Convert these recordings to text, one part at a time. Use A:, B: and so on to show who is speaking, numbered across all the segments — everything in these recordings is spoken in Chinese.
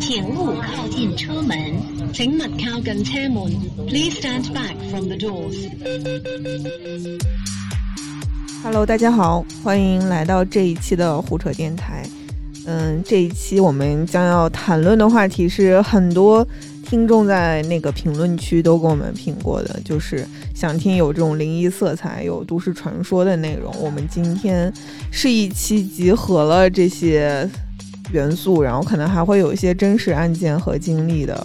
A: 請勿靠近車門，請勿靠近車門。Please stand back from the doors.
B: Hello，大家好，欢迎来到这一期的胡扯电台。嗯，这一期我们将要谈论的话题是很多听众在那个评论区都给我们评过的，就是想听有这种灵异色彩、有都市传说的内容。我们今天是一期集合了这些元素，然后可能还会有一些真实案件和经历的，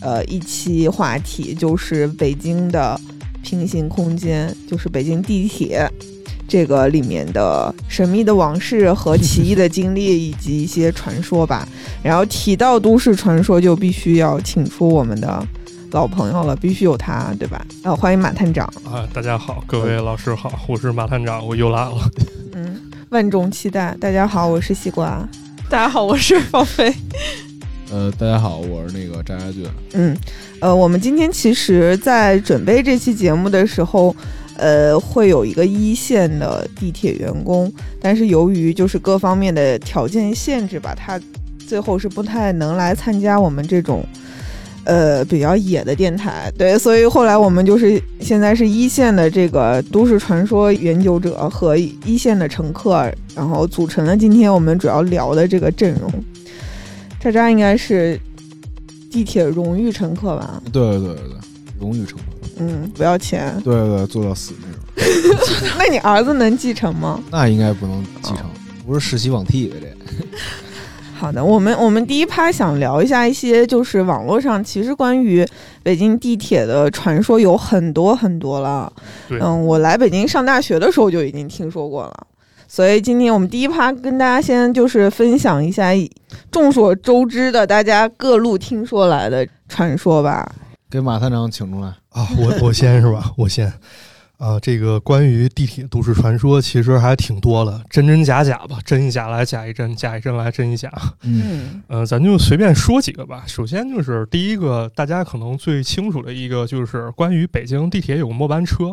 B: 呃，一期话题就是北京的平行空间，就是北京地铁。这个里面的神秘的往事和奇异的经历，以及一些传说吧。然后提到都市传说，就必须要请出我们的老朋友了，必须有他，对吧？呃，欢迎马探长，
C: 啊，大家好，各位老师好，我是马探长，我又来了。
B: 嗯，万众期待。大家好，我是西瓜。
D: 大家好，我是方菲。
E: 呃，大家好，我是那个张家俊。
B: 嗯，呃，我们今天其实，在准备这期节目的时候，呃，会有一个一线的地铁员工，但是由于就是各方面的条件限制吧，他最后是不太能来参加我们这种。呃，比较野的电台，对，所以后来我们就是现在是一线的这个都市传说研究者和一线的乘客，然后组成了今天我们主要聊的这个阵容。渣渣应该是地铁荣誉乘客吧？
E: 对对对对，荣誉乘客。
B: 嗯，不要钱。
E: 对对对，做到死那种。
B: 那你儿子能继承吗？
E: 那应该不能继承，不是世袭罔替啊的这。
B: 好的，我们我们第一趴想聊一下一些就是网络上其实关于北京地铁的传说有很多很多了。
C: 对
B: 嗯，我来北京上大学的时候就已经听说过了。所以今天我们第一趴跟大家先就是分享一下众所周知的大家各路听说来的传说吧。
E: 给马探长请出来。
C: 啊，我我先是吧，我先。啊，这个关于地铁都市传说其实还挺多的，真真假假吧，真一假来假一真，假一真来真一假。
E: 嗯
B: 嗯
C: 嗯、咱就随便说几个吧。首先就是第一个，大家可能最清楚的一个就是关于北京地铁有末班车。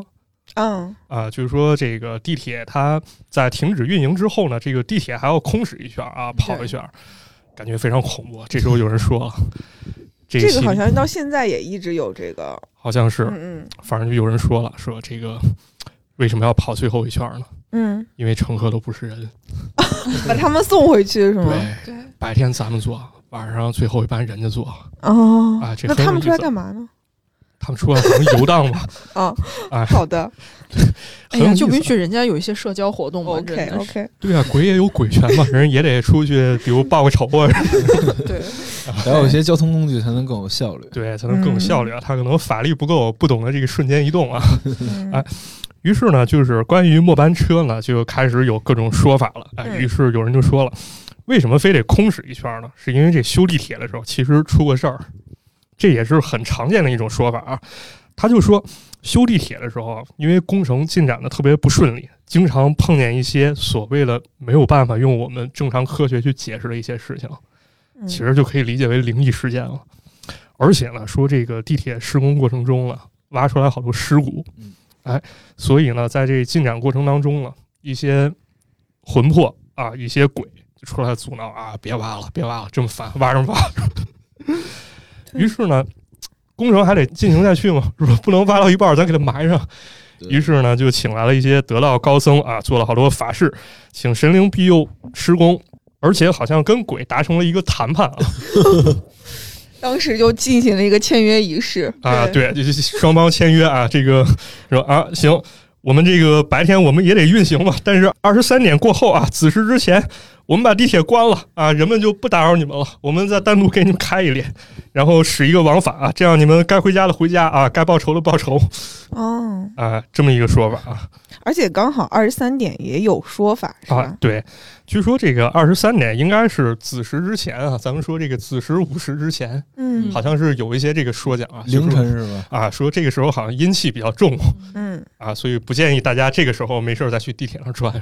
B: 嗯
C: 啊，就是说这个地铁它在停止运营之后呢，这个地铁还要空驶一圈儿啊，跑一圈儿，感觉非常恐怖。这时候有人说了，这
B: 这个
C: 个信
B: 好像到现在也一直有这个，
C: 好像是，
B: 嗯
C: 反正就有人说了，说这个为什么要跑最后一圈儿呢？
B: 嗯
C: 因为乘客都不是人，
B: 嗯，把他们送回去是吗？
C: 对，
D: 对，
C: 白天咱们坐，晚上最后一班人家坐，
B: 哦，
C: 啊这
B: 那他
C: 很有
B: 们
C: 意
B: 出来
C: 思
B: 干嘛呢？
C: 他们出来可能游荡吧，
B: 哦，
C: 哎
B: 好的
C: 很
D: 哎
C: 有
D: 呀，
C: 意
D: 就
C: 思
D: 允许人家有一些社交活动吧。真
B: ，OK
D: 的是
B: OK，
C: 对啊，鬼也有鬼权嘛，人也得出去，比如报个仇啊，
D: 对，
C: 嗯
E: 得有一些交通工具才能更有效率。
C: 对，才能更有效率啊。他可能法力不够，不懂得这个瞬间移动啊。
B: 嗯
C: 哎于是呢，就是关于末班车呢，就开始有各种说法了。哎，
B: 嗯
C: 于是有人就说了，为什么非得空驶一圈呢？是因为这修地铁的时候其实出过事儿，这也是很常见的一种说法啊。他就说，修地铁的时候，啊因为工程进展的特别不顺利，经常碰见一些所谓的没有办法用我们正常科学去解释的一些事情。
B: 嗯
C: 其实就可以理解为灵异事件了。而且呢，说这个地铁施工过程中了，挖出来好多尸骨
E: 嗯，
C: 哎，所以呢，在这进展过程当中呢，一些魂魄啊，一些鬼就出来阻挠啊，别挖了，别挖了，这么烦，挖什么挖？于是呢，工程还得进行下去嘛，是吧？不能挖到一半儿咱给它埋上。
E: 对
C: 于是呢，就请来了一些得道高僧啊，做了好多法事，请神灵庇佑施工，而且好像跟鬼达成了一个谈 判啊。
B: 当时就进行了一个签约仪式
C: 啊，，对，就是双方签约啊，这个说啊，行，我们这个白天我们也得运行嘛，但是二十三点过后啊，子时之前，我们把地铁关了啊，人们就不打扰你们了，我们再单独给你们开一列，然后使一个王法啊，这样你们该回家的回家啊，该报仇的报仇
B: 哦，
C: 啊，这么一个说法啊。
B: 而且刚好二十三点也有说法是
C: 啊
B: 吧，？
C: 对，据说这个二十三点应该是子时之前啊，咱们说这个子时午时之前，
B: 嗯
C: 好像是有一些这个说讲啊，就是
E: 凌晨是吧？
C: 啊，说这个时候好像阴气比较重。
B: 嗯
C: 啊，所以不建议大家这个时候没事儿再去地铁上转悠。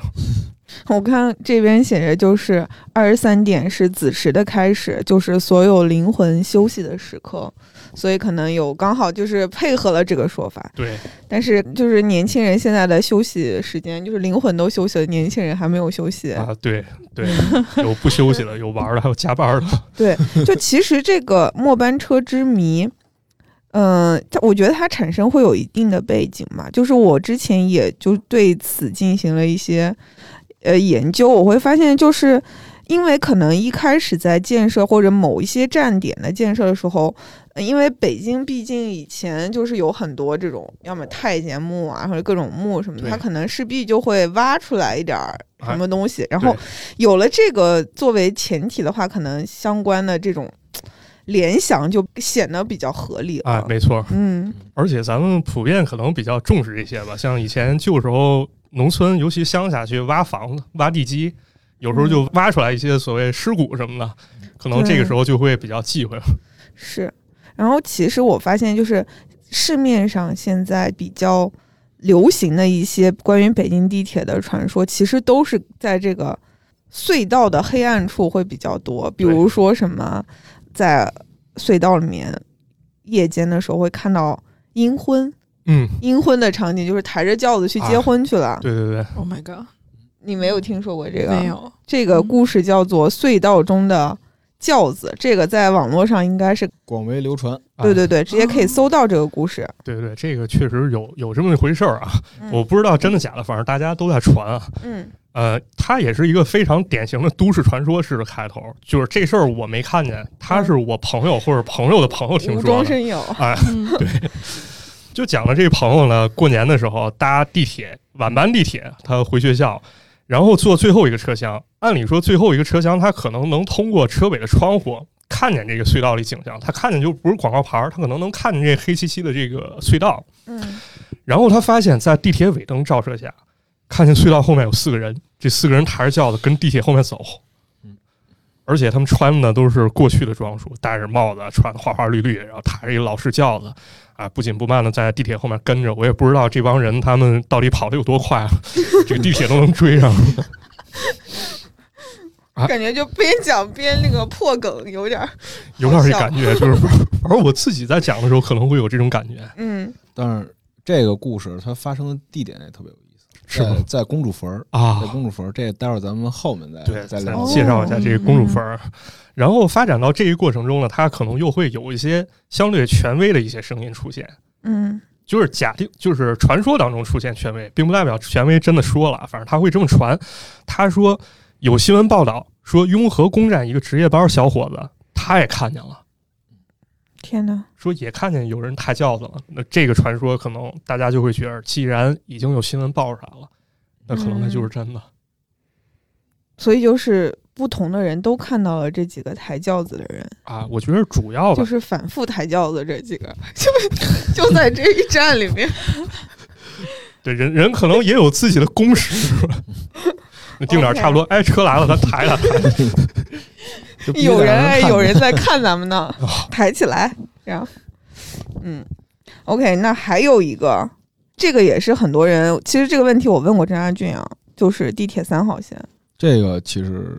B: 我看这边写着，就是二十三点是子时的开始，就是所有灵魂休息的时刻，所以可能有刚好就是配合了这个说法。
C: 对，
B: 但是就是年轻人现在的休息时间，就是灵魂都休息了，年轻人还没有休息。
C: 啊，对对，有不休息的，有玩儿的，还有加班儿的。
B: 对，就其实这个末班车之谜，嗯、它我觉得它产生会有一定的背景嘛，就是我之前也就对此进行了一些呃研究，我会发现就是。因为可能一开始在建设或者某一些站点的建设的时候，呃因为北京毕竟以前就是有很多这种要么太监墓啊，或者各种墓什么的，
C: 对哎
B: 它可能势必就会挖出来一点儿什么东西，然后
C: 对
B: 有了这个作为前提的话，可能相关的这种嘖联想就显得比较合理了。
C: 啊，没错儿。
B: 嗯，
C: 而且咱们普遍可能比较重视这些吧，像以前旧时候农村，尤其乡下去挖房子、挖地基，有时候就挖出来一些所谓尸骨什么的，可能这个时候就会比较忌讳了。
B: 是。然后其实我发现，就是市面上现在比较流行的一些关于北京地铁的传说，其实都是在这个隧道的黑暗处会比较多，比如说什么在隧道里面夜间的时候会看到阴婚。
C: 嗯，
B: 阴婚的场景就是抬着轿子去结
C: 啊
B: 婚去了，
C: 对对对，
D: Oh my god，
B: 你没有听说过这个？
D: 没。有，嗯
B: 这个故事叫做《隧道中的轿子》，这个在网络上应该是
E: 广为流传。
C: 啊
B: 对对对，直接可以搜到这个故事。
C: 对对，这个确实有有这么一回事儿啊，
B: 嗯
C: 我不知道真的假的，反正大家都在传啊。
B: 嗯
C: 呃，它也是一个非常典型的都市传说式的开头，就是这事儿我没看见，他是我朋友或者朋友的朋友听
B: 无
C: 说
B: 中
C: 的。
B: 生有。
C: 哎，
D: 嗯，
C: 就讲了这朋友呢，过年的时候搭地铁晚班地铁，他回学校，然后坐最后一个车厢。按理说最后一个车厢，他可能能通过车尾的窗户看见这个隧道里景象，他看见就不是广告牌儿，他可能能看见这黑漆漆的这个隧道。
B: 嗯，
C: 然后他发现，在地铁尾灯照射下，看见隧道后面有四个人，这四个人抬着轿子跟地铁后面走
E: 嗯。
C: 而且他们穿的都是过去的装束，戴着帽子，穿的花花绿绿，然后抬着一老式轿子，啊，不紧不慢的在地铁后面跟着。我也不知道这帮人他们到底跑得有多快，啊这个地铁都能追上。啊
B: 感觉就边讲边那个破梗，有点儿
C: 有点这感觉，就是反正我自己在讲的时候可能会有这种感觉，
B: 嗯
E: 但是这个故事它发生的地点也特别有意思，
C: 是吗
E: 在在公主坟儿，
C: 啊
E: 在，公主坟儿，这待会儿咱们后面再
C: 对，
E: 再
C: 再
E: 聊。
C: 介绍一下这个公主坟儿。啊然后发展到这一过程中呢，它可能又会有一些相对权威的一些声音出现，
B: 嗯
C: 就是假定，就是传说当中出现权威，并不代表权威真的说了，反正他会这么传。他说有新闻报道说，雍和宫站一个值夜班小伙子，他也看见了，
B: 天哪，
C: 说也看见有人抬轿子了。那这个传说可能大家就会觉得，既然已经有新闻报出来了，那可能它
E: 嗯
C: 就是真的。
B: 所以就是不同的人都看到了这几个抬轿子的人，
C: 啊，我觉得主要吧
B: 就，是反复抬轿子这几 个，就就在这一站里面。
C: 对人人可能也有自己的公式，是吧？那定点
B: OK
C: 差不多，哎，车来了，咱抬了。
E: 就必 须得
B: 有人
E: 让
B: 哎，
E: 看
B: 有
E: 见
B: 人在看咱们 呢，抬起来，这样，嗯，OK，那还有一个，这个也是很多人，其实这个问题我问过张家俊啊，就是地铁三号线，
E: 这个其实，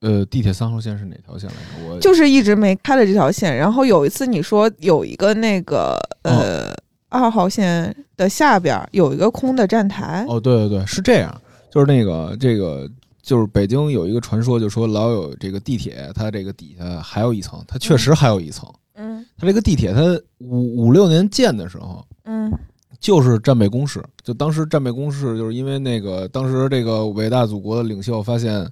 E: 呃，地铁三号线是哪条线来着？我
B: 就是一直没开的这条线。然后有一次你说有一个那个
E: 哦
B: 呃二、号线的下边儿有一个空的站台，
E: 哦，对对对，是这样，就是那个这个。就是北京有一个传说，就说老有这个地铁，它这个底下还有一层，它确实还有一层。
B: 嗯
E: 它这个地铁，它五五六年建的时候，
B: 嗯
E: 就是战备工事，就当时战备工事，就是因为那个当时这个伟大祖国的领袖发现，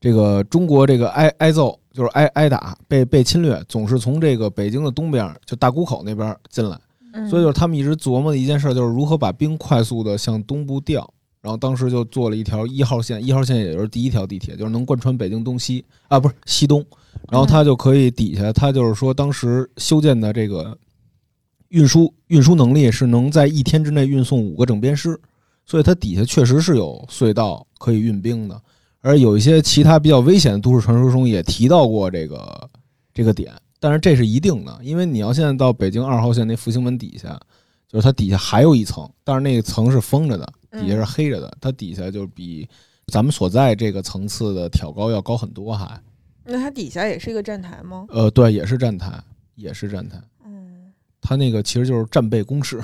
E: 这个中国这个挨挨揍就是挨挨打被被侵略，总是从这个北京的东边就大沽口那边进来，
B: 嗯，
E: 所以就是他们一直琢磨的一件事就是如何把兵快速的向东部调。然后当时就做了一条一号线，一号线也就是第一条地铁，就是能贯穿北京东西啊，不是西东。然后它就可以底下，它就是说当时修建的这个运输运输能力是能在一天之内运送五个整编师，所以它底下确实是有隧道可以运兵的。而有一些其他比较危险的都市传说中也提到过这个这个点，但是这是一定的，因为你要现在到北京二号线那复兴门底下，就是它底下还有一层，但是那个层是封着的，
B: 嗯
E: 底下是黑着的，它底下就比咱们所在这个层次的挑高要高很多，还
B: 那它底下也是一个站台吗？
E: 呃对，也是站台，也是站台，
B: 嗯
E: 它那个其实就是战备工事，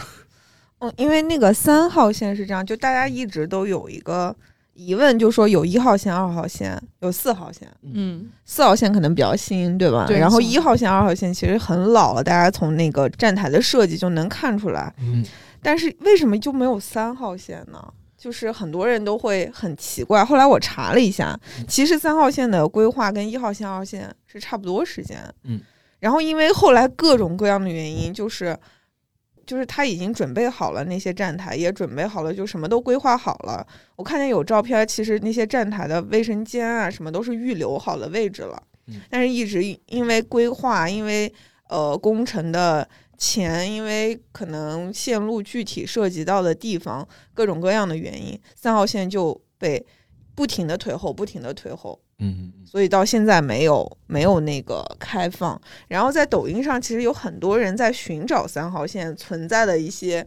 B: 嗯，因为那个三号线是这样，就大家一直都有一个疑问，就说有一号线、二号线，有四号线。
D: 嗯，
B: 四号线可能比较新，对吧？
D: 对
B: 然后
D: 是
B: 一号线、二号线其实很老了，大家从那个站台的设计就能看出来。
C: 嗯，
B: 但是为什么就没有三号线呢？就是很多人都会很奇怪。后来我查了一下，其实三号线的规划跟一号线、二号线是差不多时间。
E: 嗯，
B: 然后因为后来各种各样的原因，就是就是他已经准备好了那些站台，也准备好了，就什么都规划好了。我看见有照片，其实那些站台的卫生间啊什么都是预留好的位置了，
E: 嗯
B: 但是一直因为规划，因为呃工程的钱，因为可能线路具体涉及到的地方各种各样的原因，三号线就被不停的推后，不停的推后。
E: 嗯嗯
B: 所以到现在没有没有那个开放。然后在抖音上，其实有很多人在寻找三号线存在的一些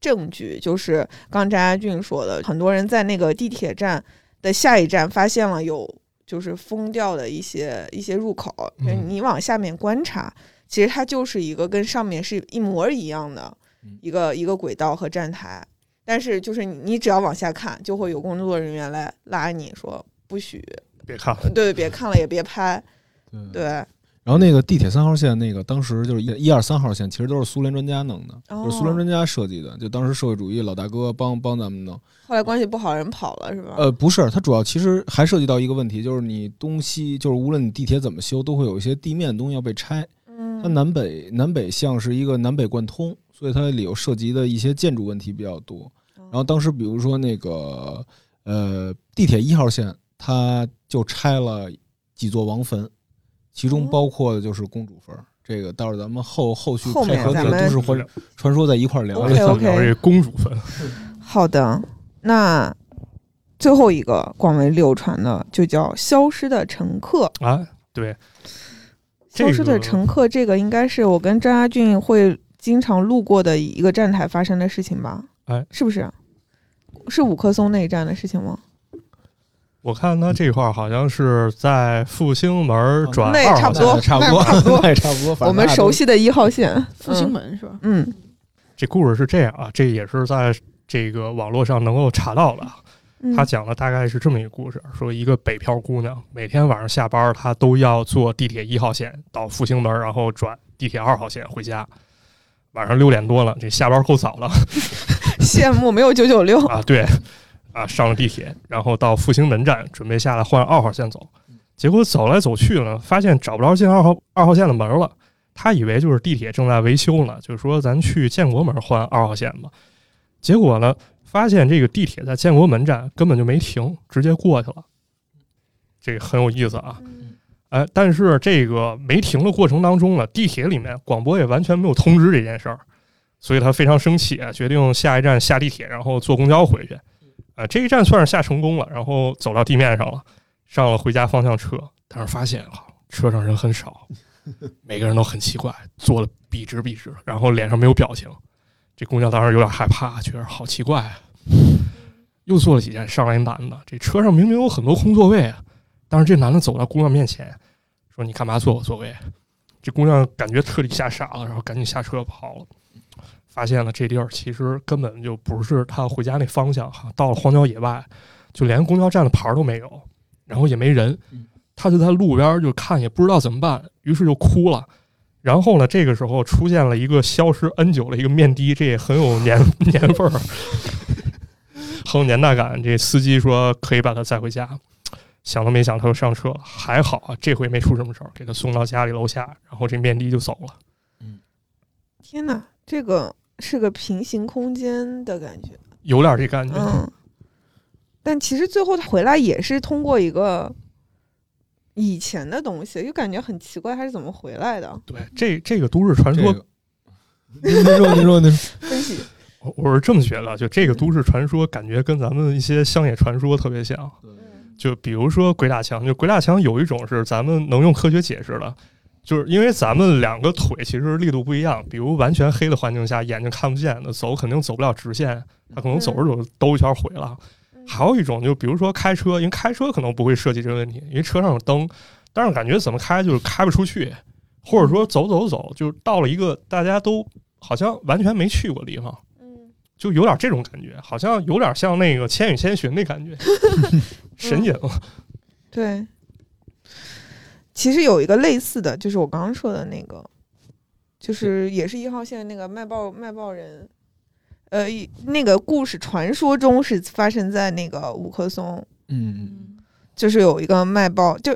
B: 证据，就是刚张家俊说的，很多人在那个地铁站的下一站发现了有就是封掉的一些一些入口，
C: 嗯
B: 就是你往下面观察，其实它就是一个跟上面是一模一样的
E: 嗯
B: 一个一个轨道和站台。但是就是你，你只要往下看，就会有工作人员来拉你说不许，
C: 别看了，
B: 对，别看了也别拍，
E: 嗯，
B: 对，
E: 然后那个地铁三号线，那个当时就是一一二三号线，其实都是苏联专家弄的，
B: 哦
E: 就是苏联专家设计的。就当时社会主义老大哥帮帮咱们弄。
B: 后来关系不好，人跑了是吧？
E: 呃，不是，它主要其实还涉及到一个问题，就是你东西，就是无论你地铁怎么修，都会有一些地面的东西要被拆。它
B: 嗯，
E: 南北南北向是一个南北贯通，所以它里有涉及的一些建筑问题比较多。
B: 哦
E: 然后当时比如说那个呃地铁一号线，它就拆了几座王坟，其中
B: 哦
E: 包括的就是公主坟。这个到时候咱们后后续
B: 后面
E: 配合 那
B: 咱
E: 个
B: 们
E: 都市传传说在一块儿聊
B: OK，
E: 聊。
C: 咱们聊这公主坟，
B: 好的，那最后一个广为流传的就叫《消失的乘客
C: 啊，对，》。这
B: 消失的
C: 个
B: 乘客，这个应该是我跟张家俊会经常路过的一个站台发生的事情吧？
C: 哎，
B: 是不是？啊是五棵松那一站的事情吗？
C: 我看他这块儿好像是在复兴门转
B: 哦那也
C: 二
B: 差
C: 号
B: 不
C: 线，
B: 多
E: 哎差不多，
B: 那差不多
E: 那也差不多。反正
B: 我们
E: 大家都
B: 熟悉的一号线，
D: 复兴门是吧？
B: 嗯。嗯
C: 这故事是这样啊，这也是在这个网络上能够查到的啊。
B: 嗯，
C: 他讲了大概是这么一个故事，说一个北漂姑娘每天晚上下班，她都要坐地铁一号线到复兴门，然后转地铁二号线回家。晚上六点多了，这下班够早了
B: 羡慕没有九九六，
C: 啊！对，啊，上了地铁，然后到复兴门站，准备下来换二号线走。结果走来走去呢，发现找不着进二号二号线的门了。他以为就是地铁正在维修呢，就是说咱去建国门换二号线吧。结果呢，发现这个地铁在建国门站根本就没停，直接过去了。这个很有意思啊。哎，但是这个没停的过程当中呢，地铁里面广播也完全没有通知这件事儿，所以他非常生气啊，决定下一站下地铁，然后坐公交回去。啊，这一站算是下成功了，然后走到地面上了，上了回家方向车，但是发现啊，车上人很少，每个人都很奇怪，坐的笔直笔直，然后脸上没有表情。这姑娘当时有点害怕，觉得好奇怪、啊。又坐了几站，上来一男的，这车上明明有很多空座位啊，但是这男的走到姑娘面前，说你干嘛坐我座位？这姑娘感觉彻底吓傻了，然后赶紧下车跑了。发现了这地儿其实根本就不是她回家那方向哈，到了荒郊野外，就连公交站的牌儿都没有，然后也没人
E: 嗯，
C: 她就在路边儿就看，也不知道怎么办，于是就哭了。然后呢，这个时候出现了一个消失 N 久的一个面的，这也很有年年味儿，很有年代感。这司机说可以把她载回家，想都没想，他就上车了。还好啊，这回没出什么事儿，给他送到家里楼下，然后这面的就走了。
B: 天哪，这个是个平行空间的感觉。
C: 有点这感觉，
B: 嗯，但其实最后他回来也是通过一个以前的东西，就感觉很奇怪，他是怎么回来的？
C: 对，这这个都市传
E: 这
C: 说，
E: 个。您说，您说，您说，
B: 分析
C: 我我是这么觉得，啊就这个都市传说，感觉跟咱们一些乡野传说特别嗯像。就比如说鬼打墙，就鬼打墙有一种是咱们能用科学解释的，就是因为咱们两个腿其实力度不一样，比如完全黑的环境下，眼睛看不见的走肯定走不了直线，他可能走着走着兜一圈回了。还有一种就比如说开车，因为开车可能不会涉及这个问题，因为车上有灯，但是感觉怎么开就是开不出去，或者说走走走就到了一个大家都好像完全没去过的地方，
B: 嗯，
C: 就有点这种感觉，好像有点像那个《千与千寻》那感觉，神隐了。
B: 对。其实有一个类似的，就是我刚刚说的那个，就是也是一号线那个卖报卖报人，呃，一那个故事传说中是发生在那个五棵松，
E: 嗯，
B: 就是有一个卖报，就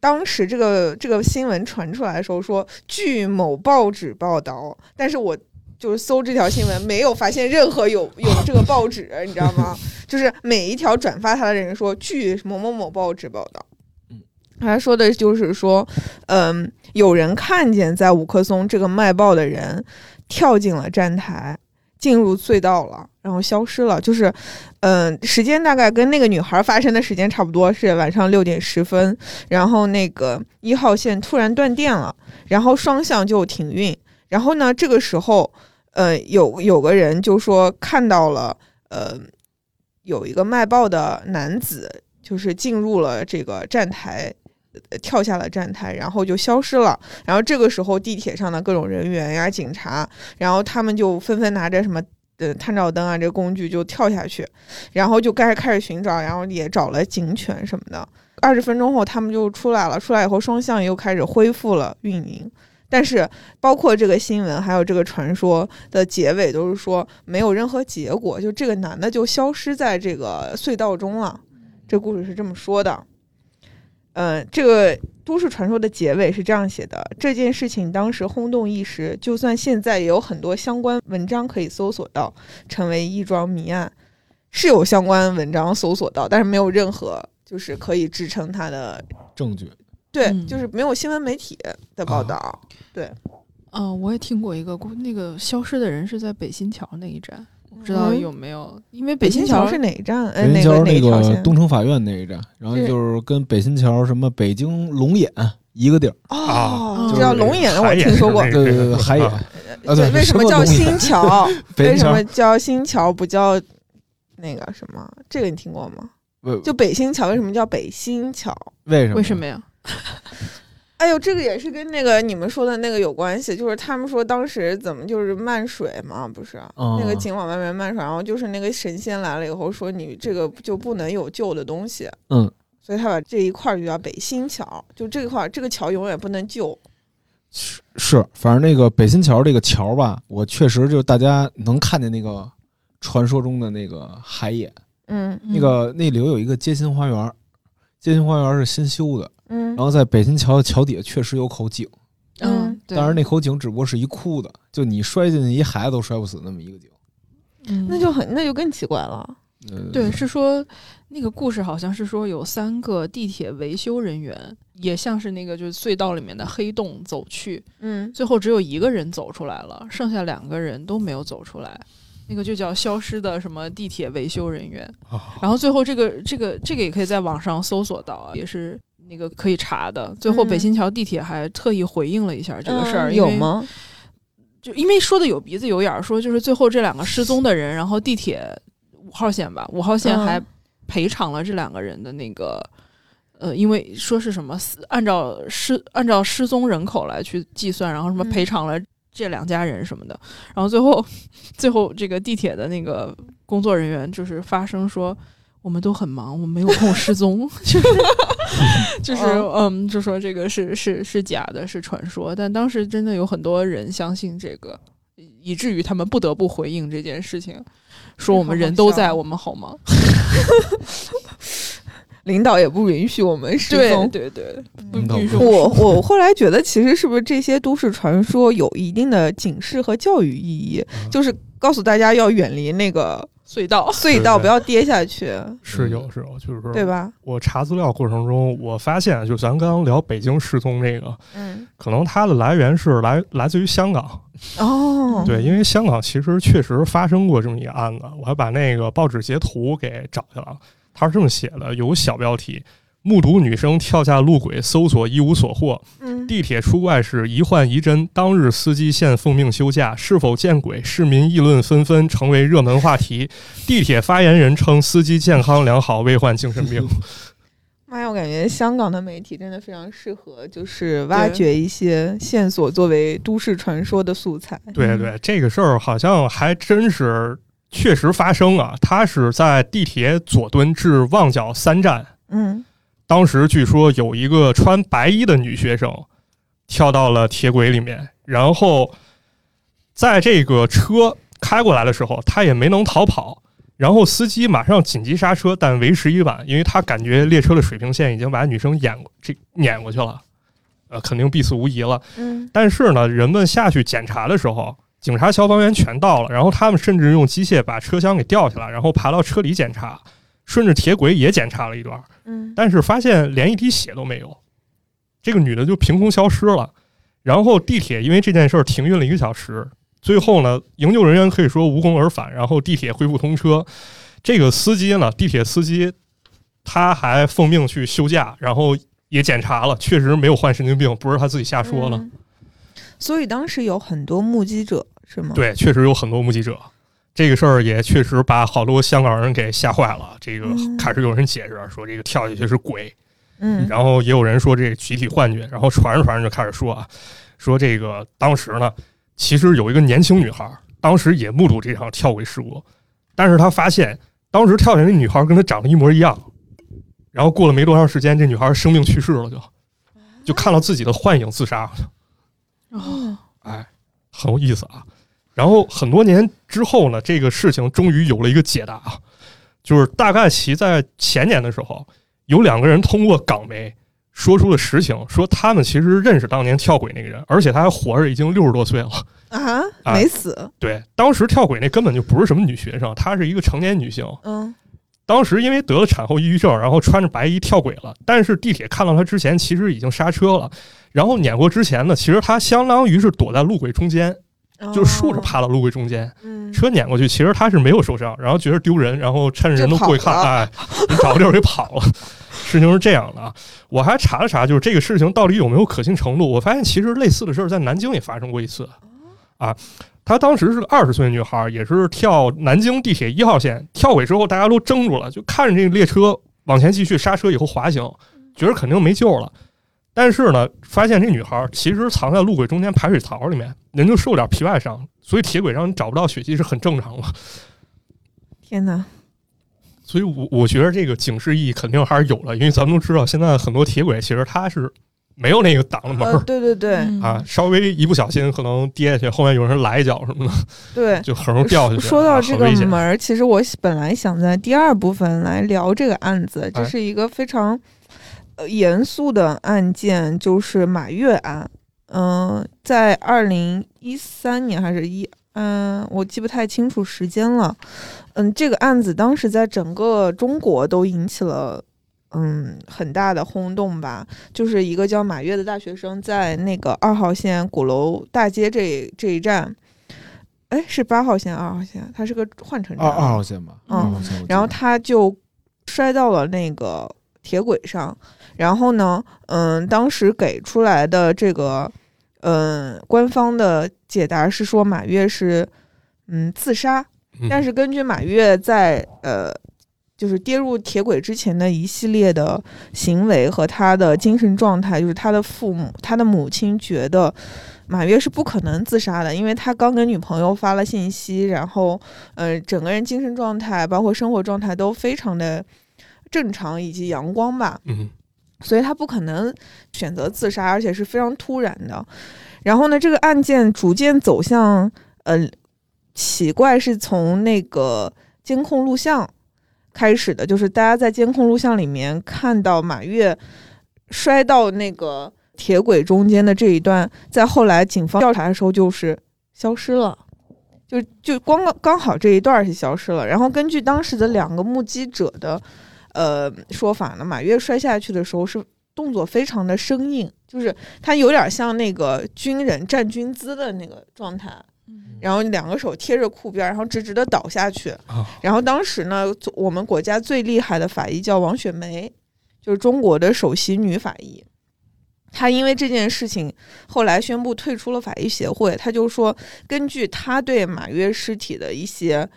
B: 当时这个这个新闻传出来的时候说，据某报纸报道，但是我就是搜这条新闻，没有发现任何有有这个报纸，你知道吗？ 就是每一条转发他的人说，据某某某报纸报道
E: 嗯。
B: 他说的就是说，嗯，有人看见在五棵松这个卖报的人跳进了站台，进入隧道了，然后消失了。就是嗯，时间大概跟那个女孩发生的时间差不多，是晚上六点十分。然后那个一号线突然断电了，然后双向就停运。然后呢，这个时候，呃，有有个人就说看到了，呃，有一个卖报的男子，就是进入了这个站台。呃跳下了站台，然后就消失了。然后这个时候，地铁上的各种人员呀、警察，然后他们就纷纷拿着什么呃探照灯啊这个工具就跳下去，然后就开开始寻找，然后也找了警犬什么的。二十分钟后，他们就出来了。出来以后，双向又开始恢复了运营。但是，包括这个新闻还有这个传说的结尾，都是说没有任何结果，就这个男的就消失在这个隧道中了。这故事是这么说的。嗯，这个都市传说的结尾是这样写的：这件事情当时轰动一时，就算现在也有很多相关文章可以搜索到，成为一桩谜案。是有相关文章搜索到，但是没有任何就是可以支撑它的，
E: 证据
B: 对，
D: 嗯
B: 就是没有新闻媒体的报道。
D: 啊、我也听过一个故，那个消失的人是在北新桥那一站，我不知道
B: 嗯
D: 有没有，因为
B: 北
D: 北新
B: 桥
D: 桥
B: 是哪一站？呃，
E: 北
B: 哪
E: 新桥
B: 哪
E: 那
B: 条
E: 个
B: 线？
E: 东城法院那一站，然后
B: 是
E: 就是跟北新桥什么北京龙眼一个地儿，
B: 哦，这
D: 就是
B: 叫龙眼，我
C: 海眼
B: 听说
C: 是
B: 过
C: 那。
E: 对对
C: 这
E: 对
C: 个
E: 对，海
C: 啊
E: 眼，啊对
B: 为什么
E: 什么
B: 叫
E: 龙眼
B: 新桥？
E: 北
B: 为
E: 京
B: 什
E: 桥
B: 么叫新桥不叫那个什么？这个你听过吗？
E: 为
B: 就北新桥为什么叫北新桥？
E: 为什么
D: 为什么呀？
B: 哎呦，这个也是跟那个你们说的那个有关系，就是他们说当时怎么就是漫水嘛，不是、
E: 嗯
B: 那个井往外面漫水，然后就是那个神仙来了以后说你这个就不能有旧的东西，
E: 嗯，
B: 所以他把这一块儿就叫北新桥，就这块儿这个桥永远不能旧，
E: 是，反正那个北新桥这个桥吧，我确实就是大家能看见那个传说中的那个海眼，
B: 嗯
E: 那个那里头有一个街心花园，街心花园是新修的，
B: 嗯
E: 然后在北新桥的桥底下确实有口井，
D: 嗯，
B: 嗯
D: 嗯对
E: 但是那口井只不过是一窟的，就你摔进去一孩子都摔不死那么一个井。
D: 嗯
B: 那就很那就更奇怪了，
E: 呃
D: 对，是说那个故事好像是说有三个地铁维修人员，也像是那个就是隧道里面的黑洞走去，
B: 嗯
D: 最后只有一个人走出来了，剩下两个人都没有走出来。那个就叫消失的什么地铁维修人员，
C: 啊
D: 然后最后这个这个这个也可以在网上搜索到啊，也是那个可以查的。最后
B: 嗯
D: 北新桥地铁还特意回应了一下这个事儿，
B: 嗯
D: 因
B: 有
D: 为
B: 吗？
D: 就因为说的有鼻子有眼儿，说就是最后这两个失踪的人，然后地铁五号线吧，五号线
B: 嗯
D: 还赔偿了这两个人的那个，呃，因为说是什么死按照失按照失踪人口来去计算，然后什么
B: 嗯
D: 赔偿了这两家人什么的，然后最后最后这个地铁的那个工作人员就是发声说。我们都很忙，我们没有空失踪， 就是就是
B: 哦
D: 嗯，就说这个是是是假的，是传说，但当时真的有很多人相信这个，以以至于他们不得不回应这件事情，说我们人都
B: 好
D: 在，
B: 好笑啊
D: 我们好忙。
B: 领导也不允许我们失
D: 对
B: 踪，
D: 对对，
C: 嗯
D: 不
E: 领导
D: 允许
E: 不
B: 我我后来觉得，其实是不是这些都市传说有一定的警示和教育意
C: 啊
B: 义，就是告诉大家要远离那个
D: 隧道。
B: 隧道，不要跌下去，
E: 嗯
C: 是有是有，就是说
B: 对吧？
C: 我查资料过程中，我发现就咱刚刚聊北京失踪这个，
B: 嗯，
C: 可能它的来源是来来自于香港，
B: 哦，
E: 嗯
C: 对，因为香港其实确实发生过这么一个案子，我还把那个报纸截图给找下来了，它是这么写的，有小标题：目睹女生跳下路轨，搜索一无所获。
B: 嗯，
C: 地铁出怪事，一换一真。当日司机现奉命休假，是否见鬼？市民议论纷纷，成为热门话题。地铁发言人称司机健康良好，未患精神病。
B: 妈呀，我感觉香港的媒体真的非常适合，就是挖掘一些线索作为都市传说的素材。
C: 对对，这个事儿好像还真是确实发生啊。他是在地铁左墩至旺角三站，
B: 嗯，
C: 当时据说有一个穿白衣的女学生跳到了铁轨里面，然后在这个车开过来的时候，她也没能逃跑。然后司机马上紧急刹车，但为时已晚，因为他感觉列车的水平线已经把女生碾过这碾过去了，呃，肯定必死无疑了。
B: 嗯
C: 但是呢，人们下去检查的时候，警察、消防员全到了，然后他们甚至用机械把车厢给吊起来，然后爬到车里检查，顺着铁轨也检查了一段，
B: 嗯
C: 但是发现连一滴血都没有，这个女的就凭空消失了。然后地铁因为这件事儿停运了一个小时，最后呢，营救人员可以说无功而返，然后地铁恢复通车。这个司机呢，地铁司机他还奉命去休假，然后也检查了，确实没有患神经病，不是他自己瞎说了。
B: 嗯所以当时有很多目击者，是吗？，
C: 对，确实有很多目击者。这个事儿也确实把好多香港人给吓坏了。这个
B: 嗯
C: 开始有人解释说这个跳下去是鬼，
B: 嗯，
C: 然后也有人说这个集体幻觉，然后传着传着就开始说啊，说这个当时呢，其实有一个年轻女孩，当时也目睹这场跳轨事故，但是她发现当时跳下来那女孩跟她长得一模一样，然后过了没多长时间，这女孩生病去世了就，就看到自己的幻影自杀。
D: 哦
C: 哎，很有意思啊。然后很多年之后呢，这个事情终于有了一个解答啊，就是大概其在前年的时候，有两个人通过港媒说出了实情，说他们其实认识当年跳轨那个人，而且他还活着，已经六十多岁了。
B: 啊，
C: 啊
B: 没死，
C: 对，当时跳轨那根本就不是什么女学生，她是一个成年女性。
B: 嗯
C: 当时因为得了产后抑郁症，然后穿着白衣跳轨了。但是地铁看到她之前，其实已经刹车了。然后碾过之前呢，其实她相当于是躲在路轨中间，就竖着
B: 爬，
C: 趴到路轨中间，
B: 哦嗯，
C: 车碾过去，其实他是没有受伤，然后觉得丢人，然后趁着人都过去看，
B: 就跑了
C: 哎，找个地儿给跑了。 事情是这样的啊，我还查了查，就是这个事情到底有没有可信程度？我发现其实类似的事儿在南京也发生过一次
B: 哦
C: 啊。她当时是个二十岁的女孩，也是跳南京地铁一号线，跳轨之后大家都怔住了，就看着这个列车往前继续刹车以后滑行，
B: 嗯
C: 觉得肯定没救了。但是呢，发现这女孩其实藏在路轨中间排水槽里面，人就受点皮外伤，所以铁轨上你找不到血迹是很正常的。
B: 天哪，
C: 所以我我觉得这个警示意义肯定还是有的，因为咱们都知道现在很多铁轨其实它是没有那个挡的门
B: 呃，
C: 儿、
B: 对对对
D: 嗯
C: 啊，稍微一不小心可能跌下去，后面有人来一脚什么的，
B: 对。
C: 就很容易掉下去。
B: 说到
C: 啊
B: 这
C: 很
B: 个
C: 危险
B: 门儿，其实我本来想在第二部分来聊这个案子，这
C: 哎
B: 是一个非常呃严肃的案件，就是马月案。嗯、在二零一三年还是一嗯，我记不太清楚时间了。嗯，这个案子当时在整个中国都引起了。嗯，很大的轰动吧，就是一个叫马月的大学生在那个二号线鼓楼大街这这一站，哎，是八号线、二号线，它是个换乘站
E: 二
B: 啊，
E: 哦二号线吧，
D: 嗯
E: 二号线我记得。
B: 然后他就摔到了那个铁轨上，然后呢，嗯，当时给出来的这个，嗯，官方的解答是说马跃是，嗯，自杀，
C: 嗯
B: 但是根据马跃在呃，就是跌入铁轨之前的一系列的行为和他的精神状态，就是他的父母、他的母亲觉得马跃是不可能自杀的，因为他刚给女朋友发了信息，然后呃，整个人精神状态包括生活状态都非常的正常以及阳光吧。
C: 嗯
B: 所以他不可能选择自杀，而且是非常突然的。然后呢，这个案件逐渐走向呃奇怪，是从那个监控录像开始的，就是大家在监控录像里面看到马月摔到那个铁轨中间的这一段，在后来警方调查的时候就是消失了。就就光刚好这一段是消失了，然后根据当时的两个目击者的呃说法呢，马跃摔下去的时候是动作非常的生硬，就是他有点像那个军人站军姿的那个状态，然后两个手贴着裤边儿，然后直直的倒下去。
C: 啊，
B: 然后当时呢，我们国家最厉害的法医叫王雪梅，就是中国的首席女法医。她因为这件事情，后来宣布退出了法医协会。她就说，根据她对马跃尸体的一些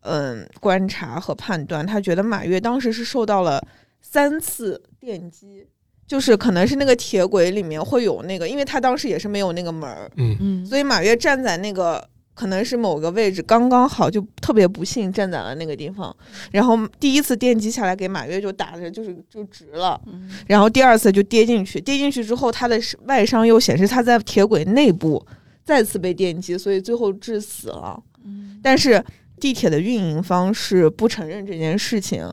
B: 嗯观察和判断，她觉得马跃当时是受到了三次电击，就是可能是那个铁轨里面会有那个，因为她当时也是没有那个门儿，
C: 嗯，
D: 嗯，
B: 所以马跃站在那个可能是某个位置，刚刚好就特别不幸站在了那个地方。
D: 嗯
B: 然后第一次电击下来给马跃就打的就是就直了，
D: 嗯
B: 然后第二次就跌进去，跌进去之后他的外伤又显示他在铁轨内部再次被电击，所以最后致死了。
D: 嗯
B: 但是地铁的运营方是不承认这件事情，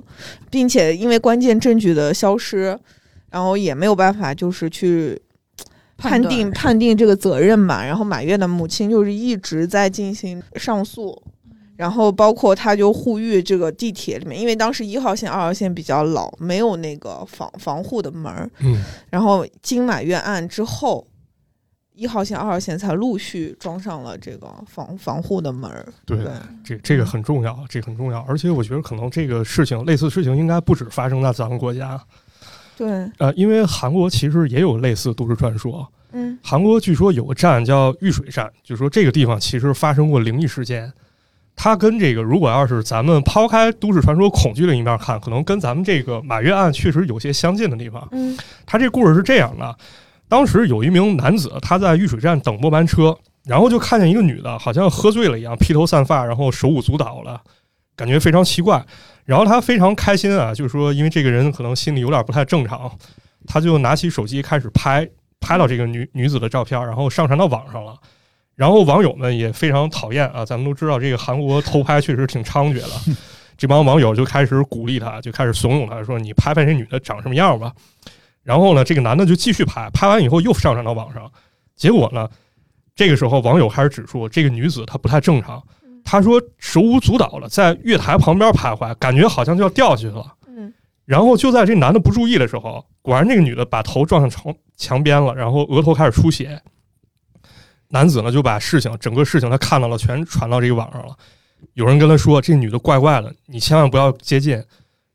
B: 并且因为关键证据的消失，然后也没有办法就是去判
D: 判断
B: 定判定这个责任嘛。然后马月的母亲就是一直在进行上诉。然后包括他就呼吁这个地铁里面，因为当时一号线、二号线比较老，没有那个防防护的门儿，
C: 嗯，
B: 然后金马院案之后，一号线、二号线才陆续装上了这个防防护的门儿。
C: 对这这个很重要，这个很重要。而且我觉得可能这个事情，类似事情应该不止发生在咱们国家，
B: 对，
C: 呃，因为韩国其实也有类似都市传说。
B: 嗯
C: 韩国据说有个站叫玉水站，就说这个地方其实发生过灵异事件。它跟这个，如果要是咱们抛开都市传说恐惧的一面看，可能跟咱们这个马月案确实有些相近的地方。
B: 嗯
C: 他这故事是这样的：当时有一名男子，他在玉水站等末班车，然后就看见一个女的，好像喝醉了一样，披头散发，然后手舞足蹈了，感觉非常奇怪。然后他非常开心啊，就是说，因为这个人可能心里有点不太正常，他就拿起手机开始拍，拍到这个女女子的照片，然后上传到网上了。然后网友们也非常讨厌啊，咱们都知道这个韩国偷拍确实挺猖獗的，这帮网友就开始鼓励他，就开始怂恿他说：“你拍拍这女的长什么样吧。”然后呢，这个男的就继续拍，拍完以后又上传到网上。结果呢，这个时候网友开始指出这个女子她不太正常，她说手舞足蹈了，在月台旁边徘徊，感觉好像就要掉下去了。
B: 嗯
C: 然后就在这男的不注意的时候，果然这个女的把头撞上墙墙边了，然后额头开始出血。男子呢就把事情整个事情他看到了，全传到这个网上了。有人跟他说这女的怪怪的，你千万不要接近。